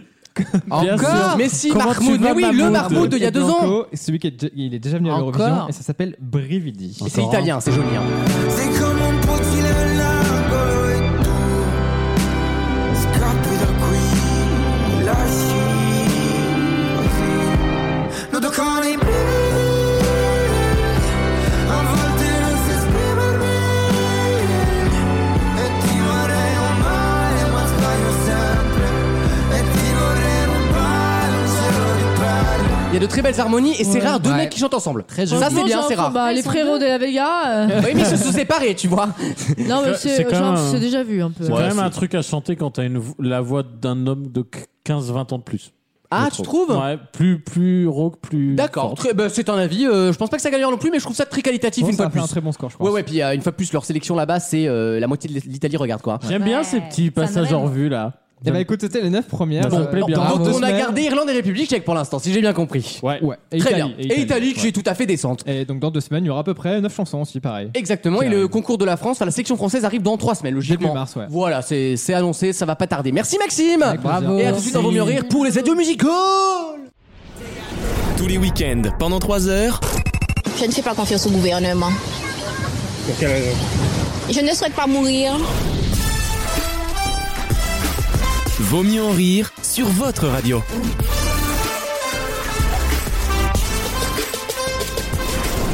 Speaker 3: Bien sûr.
Speaker 2: Encore Mais si,
Speaker 3: Comment tu
Speaker 2: Mahmoud.
Speaker 3: vas,
Speaker 2: Mais oui, le
Speaker 3: Mahmoud
Speaker 2: Mahmoud d'il y a
Speaker 5: Et
Speaker 2: deux ans.
Speaker 5: Blanco, et Celui qui est, dé- il est déjà venu à
Speaker 7: Encore
Speaker 5: l'Eurovision et ça s'appelle Brividi.
Speaker 2: Et C'est italien, c'est joli. hein.
Speaker 12: Sei come un fucile largo e tu scappi da qui, lasci così. Nodo con i brividi, a volte non so esprimermi. E ti vorrei un male, ma sbaglio sempre. E ti vorrei rubare un cielo di perle.
Speaker 2: Il y a de très belles harmonies et c'est rare deux
Speaker 7: Ouais.
Speaker 2: mecs qui chantent ensemble.
Speaker 7: Très
Speaker 2: Ça, c'est
Speaker 6: Franchement,
Speaker 2: bien,
Speaker 6: j'ai
Speaker 2: c'est
Speaker 6: l'impression,
Speaker 2: rare.
Speaker 6: bah, les
Speaker 4: Ils sont
Speaker 6: frérots de la Vega. euh,
Speaker 2: Oui, mais ils se sont séparés, tu vois.
Speaker 6: non, mais
Speaker 3: c'est
Speaker 6: c'est
Speaker 3: quand
Speaker 6: genre,
Speaker 3: même un-
Speaker 6: c'est déjà vu un peu.
Speaker 3: C'est quand
Speaker 2: Ouais,
Speaker 3: même
Speaker 2: c'est-
Speaker 3: un truc à chanter quand t'as une vo- la voix d'un homme de 15-20 ans de plus.
Speaker 2: Ah,
Speaker 3: je
Speaker 2: tu
Speaker 3: trouve.
Speaker 2: trouves
Speaker 3: Ouais, plus, plus rock, plus.
Speaker 2: D'accord.
Speaker 3: fort.
Speaker 2: Très- bah, c'est un avis. euh, je pense pas que ça gagnera non plus, mais je trouve ça très qualitatif
Speaker 3: Oh,
Speaker 5: Bon,
Speaker 2: une
Speaker 5: ça
Speaker 2: fois
Speaker 5: a
Speaker 2: de
Speaker 5: fait un
Speaker 2: plus.
Speaker 5: très bon score, je pense.
Speaker 2: Ouais, ouais, puis euh, une fois de plus, leur sélection là-bas, c'est euh, la moitié de l'Italie regarde quoi.
Speaker 3: J'aime bien
Speaker 4: Ouais,
Speaker 3: ces petits
Speaker 4: ça
Speaker 3: passages
Speaker 4: m'aime.
Speaker 3: en revue là.
Speaker 5: Eh ben, écoute, c'était les 9 premières.
Speaker 3: Ça me
Speaker 5: Euh,
Speaker 3: plaît bien.
Speaker 5: dans
Speaker 2: Donc,
Speaker 5: deux
Speaker 2: on a
Speaker 5: semaines-
Speaker 2: gardé Irlande et République tchèque pour l'instant, si j'ai bien compris.
Speaker 3: Ouais.
Speaker 5: Ouais, et
Speaker 2: Très
Speaker 5: Italie,
Speaker 2: bien. Et Italie, qui est tout à fait décente.
Speaker 5: ouais. Et donc dans deux semaines, il y aura à peu près 9 chansons aussi, pareil.
Speaker 2: Exactement,
Speaker 5: Qui
Speaker 2: et le
Speaker 5: arrive.
Speaker 2: concours de la France, enfin la section française arrive dans trois semaines, logiquement.
Speaker 5: Début mars, ouais.
Speaker 2: Voilà, c'est c'est annoncé, ça va pas tarder. Merci Maxime
Speaker 5: plaisir.
Speaker 2: Et à tout de suite dans Vaut mieux rire pour les adieux musicaux
Speaker 1: Tous les week-ends, pendant 3 heures.
Speaker 13: Je ne fais pas confiance au gouvernement. Je ne souhaite pas mourir.
Speaker 1: Vaut mieux en rire sur votre radio.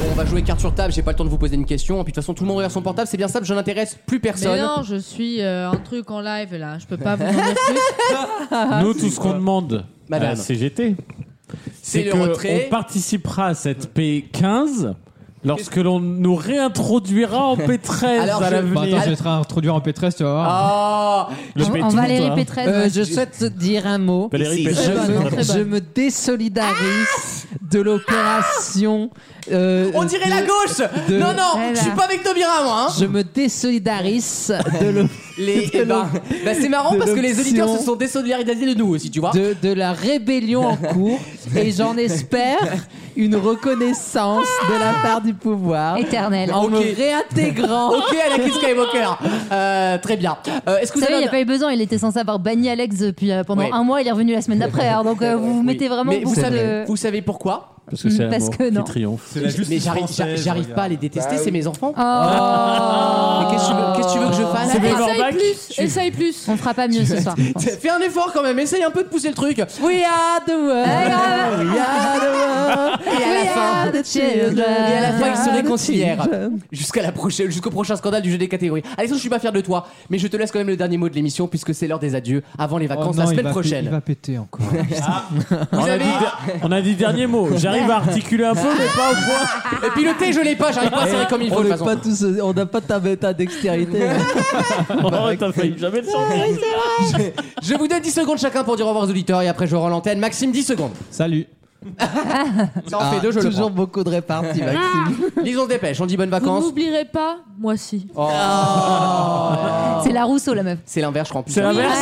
Speaker 2: On va jouer carte sur table, j'ai pas le temps de vous poser une question. Et puis de toute façon, tout le monde regarde son portable, c'est bien simple, je n'intéresse plus personne.
Speaker 6: Mais non, je suis euh, un truc en live là, je peux pas vous en dire plus.
Speaker 7: Ah,
Speaker 3: Nous, tout ce qu'on demande à
Speaker 2: Madame.
Speaker 3: la CGT,
Speaker 2: c'est
Speaker 3: c'est
Speaker 2: le retrait.
Speaker 3: qu'on participera à cette P15 lorsque l'on nous réintroduira en P13
Speaker 2: Alors,
Speaker 3: à
Speaker 2: je-
Speaker 5: Bon, attends,
Speaker 3: l'avenir.
Speaker 5: je vais te réintroduire en P13, tu vas voir.
Speaker 2: Ah
Speaker 3: Le
Speaker 4: On,
Speaker 3: P12,
Speaker 4: on va les
Speaker 3: hein.
Speaker 4: répéter.
Speaker 7: Euh, je souhaite te dire un mot.
Speaker 3: Valérie Pécresse,
Speaker 7: Je
Speaker 6: bonne,
Speaker 3: c'est
Speaker 7: me,
Speaker 3: très
Speaker 7: je me désolidarise
Speaker 4: Ah
Speaker 7: de l'opération. euh,
Speaker 2: On dirait la
Speaker 7: de-
Speaker 2: gauche
Speaker 7: de-
Speaker 2: Non, non,
Speaker 6: Eh
Speaker 4: Voilà.
Speaker 6: ben.
Speaker 2: je suis pas avec Taubira, moi hein.
Speaker 7: Je me désolidarise de l'o-
Speaker 2: Les, eh ben, bah, c'est marrant
Speaker 7: de
Speaker 2: parce que les auditeurs
Speaker 7: l'option.
Speaker 2: se sont désolidarisés de nous aussi,
Speaker 3: Ah.
Speaker 2: tu vois.
Speaker 7: de, de la rébellion en cours et j'en espère une reconnaissance de la part du pouvoir
Speaker 3: Ah,
Speaker 4: Éternel.
Speaker 7: en
Speaker 2: Ok.
Speaker 7: me réintégrant.
Speaker 2: Ok, Anakin Skywalker. Euh, très bien. Euh, Est-ce que
Speaker 4: Vous
Speaker 2: vous
Speaker 4: savez, il
Speaker 2: avez
Speaker 4: n'y a pas eu besoin, il était censé avoir banni Alex depuis euh, pendant
Speaker 2: Ouais.
Speaker 4: un mois, il est revenu la semaine d'après. alors donc euh, vous vous
Speaker 2: Oui.
Speaker 4: mettez vraiment
Speaker 2: Mais vous
Speaker 4: beaucoup
Speaker 2: savez,
Speaker 4: de.
Speaker 2: vous savez pourquoi
Speaker 3: Parce que c'est
Speaker 4: Parce
Speaker 3: l'amour
Speaker 4: que non.
Speaker 3: qui triomphe.
Speaker 8: C'est la justice
Speaker 2: Mais j'arrive-
Speaker 8: française,
Speaker 2: j'arrive- j'arrive
Speaker 8: regarde.
Speaker 2: pas à les détester,
Speaker 8: Bah
Speaker 2: c'est
Speaker 8: oui.
Speaker 2: mes enfants.
Speaker 4: Oh.
Speaker 2: Mais qu'est-ce que tu veux- qu'est-ce que tu veux que Ah. je fasse
Speaker 4: Essaye
Speaker 2: Essaye
Speaker 4: plus,
Speaker 2: Tu-
Speaker 4: essaye plus. On fera pas mieux ce soir. je pense.
Speaker 2: Fais un effort quand même, essaye un peu de pousser le truc. We are the world.
Speaker 4: grave.
Speaker 2: We are the world. Et à
Speaker 4: We
Speaker 2: la fin,
Speaker 4: are the children.
Speaker 2: et à la fin, ils se
Speaker 4: We are the
Speaker 2: réconcilièrent. Jusqu'à la prochaine, jusqu'au prochain scandale du jeu des catégories. Alexandre, je suis pas fier de toi, mais je te laisse quand même le dernier mot de l'émission puisque c'est l'heure des adieux avant les vacances la semaine prochaine.
Speaker 5: Oh Il va péter encore.
Speaker 3: On a, dit, on a dit dernier mot. J'arrive à articuler un peu, mais pas au point.
Speaker 2: Et puis le thé, je l'ai pas, j'arrive pas à serrer comme il faut
Speaker 7: on
Speaker 2: de
Speaker 7: n'a
Speaker 2: toute
Speaker 7: pas
Speaker 2: façon.
Speaker 7: tous, on n'a pas ta méta dextérité.
Speaker 3: Oh, t'as failli jamais le
Speaker 7: Ah
Speaker 3: sentir.
Speaker 2: Je vous donne 10 secondes chacun pour dire au revoir aux auditeurs et après je rends l'antenne. Maxime, 10 secondes. Ah,
Speaker 5: Salut.
Speaker 2: Ça en fait deux, je le
Speaker 7: toujours
Speaker 2: prends.
Speaker 7: beaucoup de réparties,
Speaker 4: Ah.
Speaker 7: Maxime.
Speaker 2: Lisons se dépêche, on dit bonnes
Speaker 6: Vous
Speaker 2: vacances.
Speaker 6: m'oublierez pas, moi si.
Speaker 2: Oh.
Speaker 4: C'est la Rousseau, la meuf.
Speaker 2: C'est l'inverse, je crois.
Speaker 3: C'est l'inverse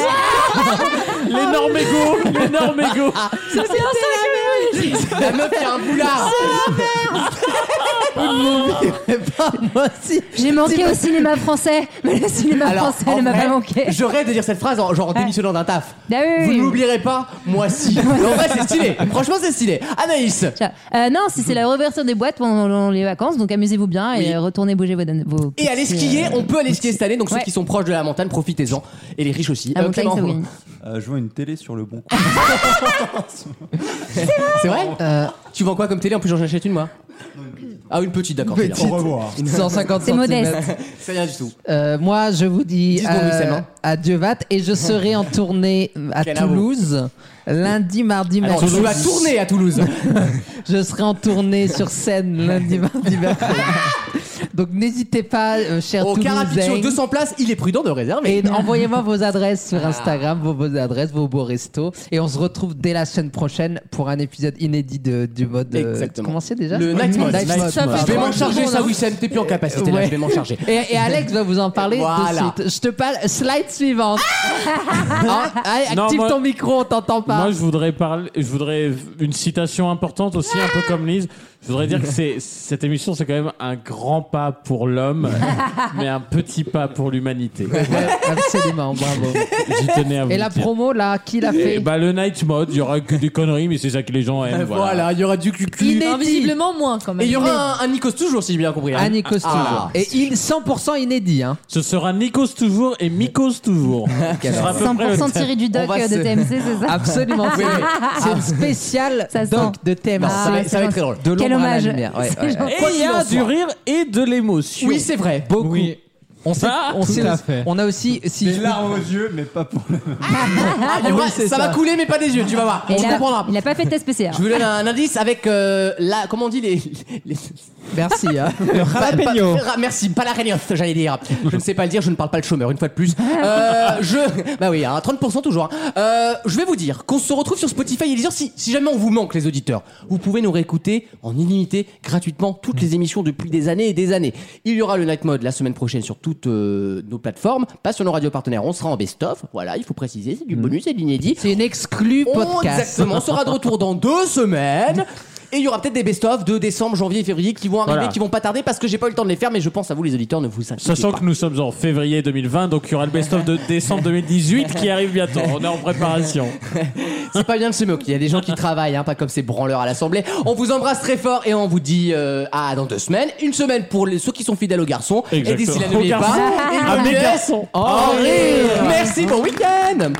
Speaker 6: Ah,
Speaker 3: L'énorme égo
Speaker 7: Ah
Speaker 3: L'énorme égo
Speaker 4: C'est ça que je
Speaker 2: La meuf, il y a un boulard.
Speaker 4: Ah.
Speaker 7: moi aussi.
Speaker 4: J'ai manqué au cinéma français, mais le cinéma
Speaker 2: Alors,
Speaker 4: français
Speaker 2: en
Speaker 4: ne m'a
Speaker 2: vrai,
Speaker 4: pas manqué.
Speaker 2: Je rêve de dire cette phrase en, genre en démissionnant d'un taf.
Speaker 4: Ah oui, oui,
Speaker 2: Vous
Speaker 4: oui.
Speaker 2: ne m'oublierez pas, moi si. Mais en vrai, c'est stylé. Franchement, c'est stylé. Anaïs,
Speaker 4: Tiens, euh, non, si c'est la réouverture des boîtes pendant les vacances, donc amusez-vous bien et
Speaker 2: Oui.
Speaker 4: euh, retournez bouger vos. vos
Speaker 2: et aller
Speaker 4: petits,
Speaker 2: skier,
Speaker 4: euh,
Speaker 2: on peut aller skier cette année, donc ceux
Speaker 4: Ouais.
Speaker 2: qui sont proches de la montagne, profitez-en. Et les riches aussi.
Speaker 4: La
Speaker 2: Euh,
Speaker 4: montagne,
Speaker 2: Clément.
Speaker 4: ça oui.
Speaker 8: Euh, je vois une télé sur le bon
Speaker 2: Ah,
Speaker 8: coup.
Speaker 2: c'est vrai Euh, Tu vends quoi comme télé En plus, j'en achète une, moi. Ah, Oh. une petite, d'accord.
Speaker 7: Petite.
Speaker 2: c'est bien.
Speaker 8: Au revoir.
Speaker 7: 150
Speaker 4: C'est modeste.
Speaker 7: centimètres.
Speaker 2: C'est rien du tout.
Speaker 7: Euh, moi, je vous dis
Speaker 2: Dix secondes, Wissem,
Speaker 7: euh,
Speaker 2: hein.
Speaker 7: adieu Vat et je serai en tournée à
Speaker 2: Canavo.
Speaker 7: Toulouse lundi, mardi,
Speaker 2: Alors,
Speaker 7: mercredi.
Speaker 2: tu vas tourner à Toulouse.
Speaker 7: Je serai en tournée sur scène lundi, mardi, mercredi. Donc n'hésitez pas, euh, chers
Speaker 2: Au Carapiccio,
Speaker 7: Toulousains.
Speaker 2: 200 places, il est prudent de réserver. Ah,
Speaker 7: Et envoyez-moi vos adresses sur Instagram, vos bonnes adresses, vos beaux restos. Et on se retrouve dès la semaine prochaine pour un épisode inédit de- du mode. euh,
Speaker 2: Exactement.
Speaker 7: Comment c'est déjà
Speaker 2: Le Night Mode.
Speaker 7: Night
Speaker 2: Night
Speaker 7: Mode,
Speaker 6: Ça fait
Speaker 2: Je vais
Speaker 7: pardon.
Speaker 2: m'en
Speaker 6: trois
Speaker 2: charger,
Speaker 6: secondes,
Speaker 2: ça,
Speaker 6: hein.
Speaker 2: Wissem. T'es plus en capacité, là.
Speaker 7: Ouais.
Speaker 2: Je vais m'en charger.
Speaker 7: Et, et Alex va vous en parler
Speaker 2: Voilà. Ah
Speaker 7: de suite. Je te parle. Slide suivante. Hein Allez, active
Speaker 3: Non, moi-
Speaker 7: ton micro, on t'entend pas.
Speaker 3: Moi, je voudrais parler, je voudrais une citation importante aussi, un peu comme Lise. Je voudrais dire que c'est cette émission, c'est quand même un grand pas pour l'homme, mais un petit pas pour l'humanité.
Speaker 7: Absolument, bravo.
Speaker 3: J'y tenais à vous
Speaker 7: Et
Speaker 3: le
Speaker 7: la
Speaker 3: dire.
Speaker 7: promo là, qui l'a
Speaker 3: Et
Speaker 7: fait
Speaker 3: bah le night mode, il y aura que des conneries, mais c'est ça que les gens aiment. Voilà.
Speaker 2: ben, Voilà, il y aura du cucu.
Speaker 7: Inédit.
Speaker 6: Non, visiblement moins quand
Speaker 2: Et
Speaker 6: même.
Speaker 2: il y aura un, un Nikos toujours, si j'ai bien compris. hein.
Speaker 7: Annie Costume.
Speaker 2: Ah.
Speaker 7: Et il 100% inédit. Hein.
Speaker 3: Ce sera Nikos toujours et Mikos toujours. Ce sera à peu près le
Speaker 4: 100% tiré du doc
Speaker 7: On va
Speaker 4: euh, de
Speaker 7: se-
Speaker 4: TMC, c'est ça
Speaker 7: Absolument.
Speaker 2: Oui, oui.
Speaker 7: C'est une spéciale
Speaker 4: Ça sent.
Speaker 7: doc de thème.
Speaker 2: Non, ça, va, ça va être très drôle.
Speaker 7: De
Speaker 4: Quel
Speaker 7: l'ombre à la
Speaker 4: hommage.
Speaker 7: lumière. Ouais,
Speaker 4: C'est
Speaker 7: ouais,
Speaker 4: gentil.
Speaker 7: ouais.
Speaker 3: Et il y a du rire et de l'émotion.
Speaker 2: Oui, c'est vrai.
Speaker 7: Beaucoup.
Speaker 5: Oui.
Speaker 7: On sait,
Speaker 3: Ah,
Speaker 7: on
Speaker 5: tout
Speaker 7: sait,
Speaker 5: à fait.
Speaker 7: on a aussi, si
Speaker 8: Des
Speaker 7: je,
Speaker 8: larmes aux yeux, mais pas pour le.
Speaker 2: Il y aura-
Speaker 7: Oui,
Speaker 2: ça,
Speaker 7: c'est
Speaker 2: Ah, va
Speaker 7: ça.
Speaker 2: couler, mais pas des yeux, tu vas voir.
Speaker 4: Et
Speaker 2: On
Speaker 4: il a-
Speaker 2: comprendra.
Speaker 4: Il a pas fait de test PCR.
Speaker 2: Je vous donne un indice avec euh, la. Comment on dit les. les-
Speaker 7: merci, hein.
Speaker 5: Le
Speaker 2: pas- pas-
Speaker 5: jalapeno.
Speaker 2: ra- merci, pas la ragnothe, j'allais dire. Je ne sais pas le dire, je ne parle pas le chômeur, une fois de plus. Euh, je. Bah oui, hein, 30% toujours. hein. Euh, je vais vous dire qu'on se retrouve sur Spotify et Deezer si, si jamais on vous manque, les auditeurs. Vous pouvez nous réécouter en illimité, gratuitement, toutes les émissions depuis des années et des années. Il y aura le Night Mode la semaine prochaine sur toutes euh, nos plateformes, pas sur nos radios partenaires. On sera en best-of, voilà, il faut préciser, c'est du bonus, c'est de l'inédit.
Speaker 7: c'est une exclue
Speaker 2: On-
Speaker 7: podcast.
Speaker 2: Oh, Exactement, on sera de retour dans deux semaines. Et il y aura peut-être des best-of de décembre, janvier, février qui vont arriver,
Speaker 3: Voilà.
Speaker 2: qui vont pas tarder parce que j'ai pas eu le temps de les faire, mais je pense à vous les auditeurs, ne vous inquiétez
Speaker 3: Sachant
Speaker 2: pas.
Speaker 3: que nous sommes en février 2020, donc il y aura le best-of de décembre 2018 qui arrive bientôt. On est en préparation.
Speaker 2: C'est pas bien de se moquer, il y a des gens qui travaillent, hein, pas comme ces branleurs à l'Assemblée. On vous embrasse très fort et on vous dit euh, à dans deux semaines, une semaine pour les- ceux qui sont fidèles aux garçons. Et
Speaker 3: Exactement.
Speaker 2: d'ici là,
Speaker 3: Aux
Speaker 2: n'oubliez pas,
Speaker 3: garçons.
Speaker 2: ils
Speaker 3: À
Speaker 2: nous
Speaker 3: mes
Speaker 2: laissent
Speaker 3: garçons.
Speaker 2: en rire. Merci, bon week-end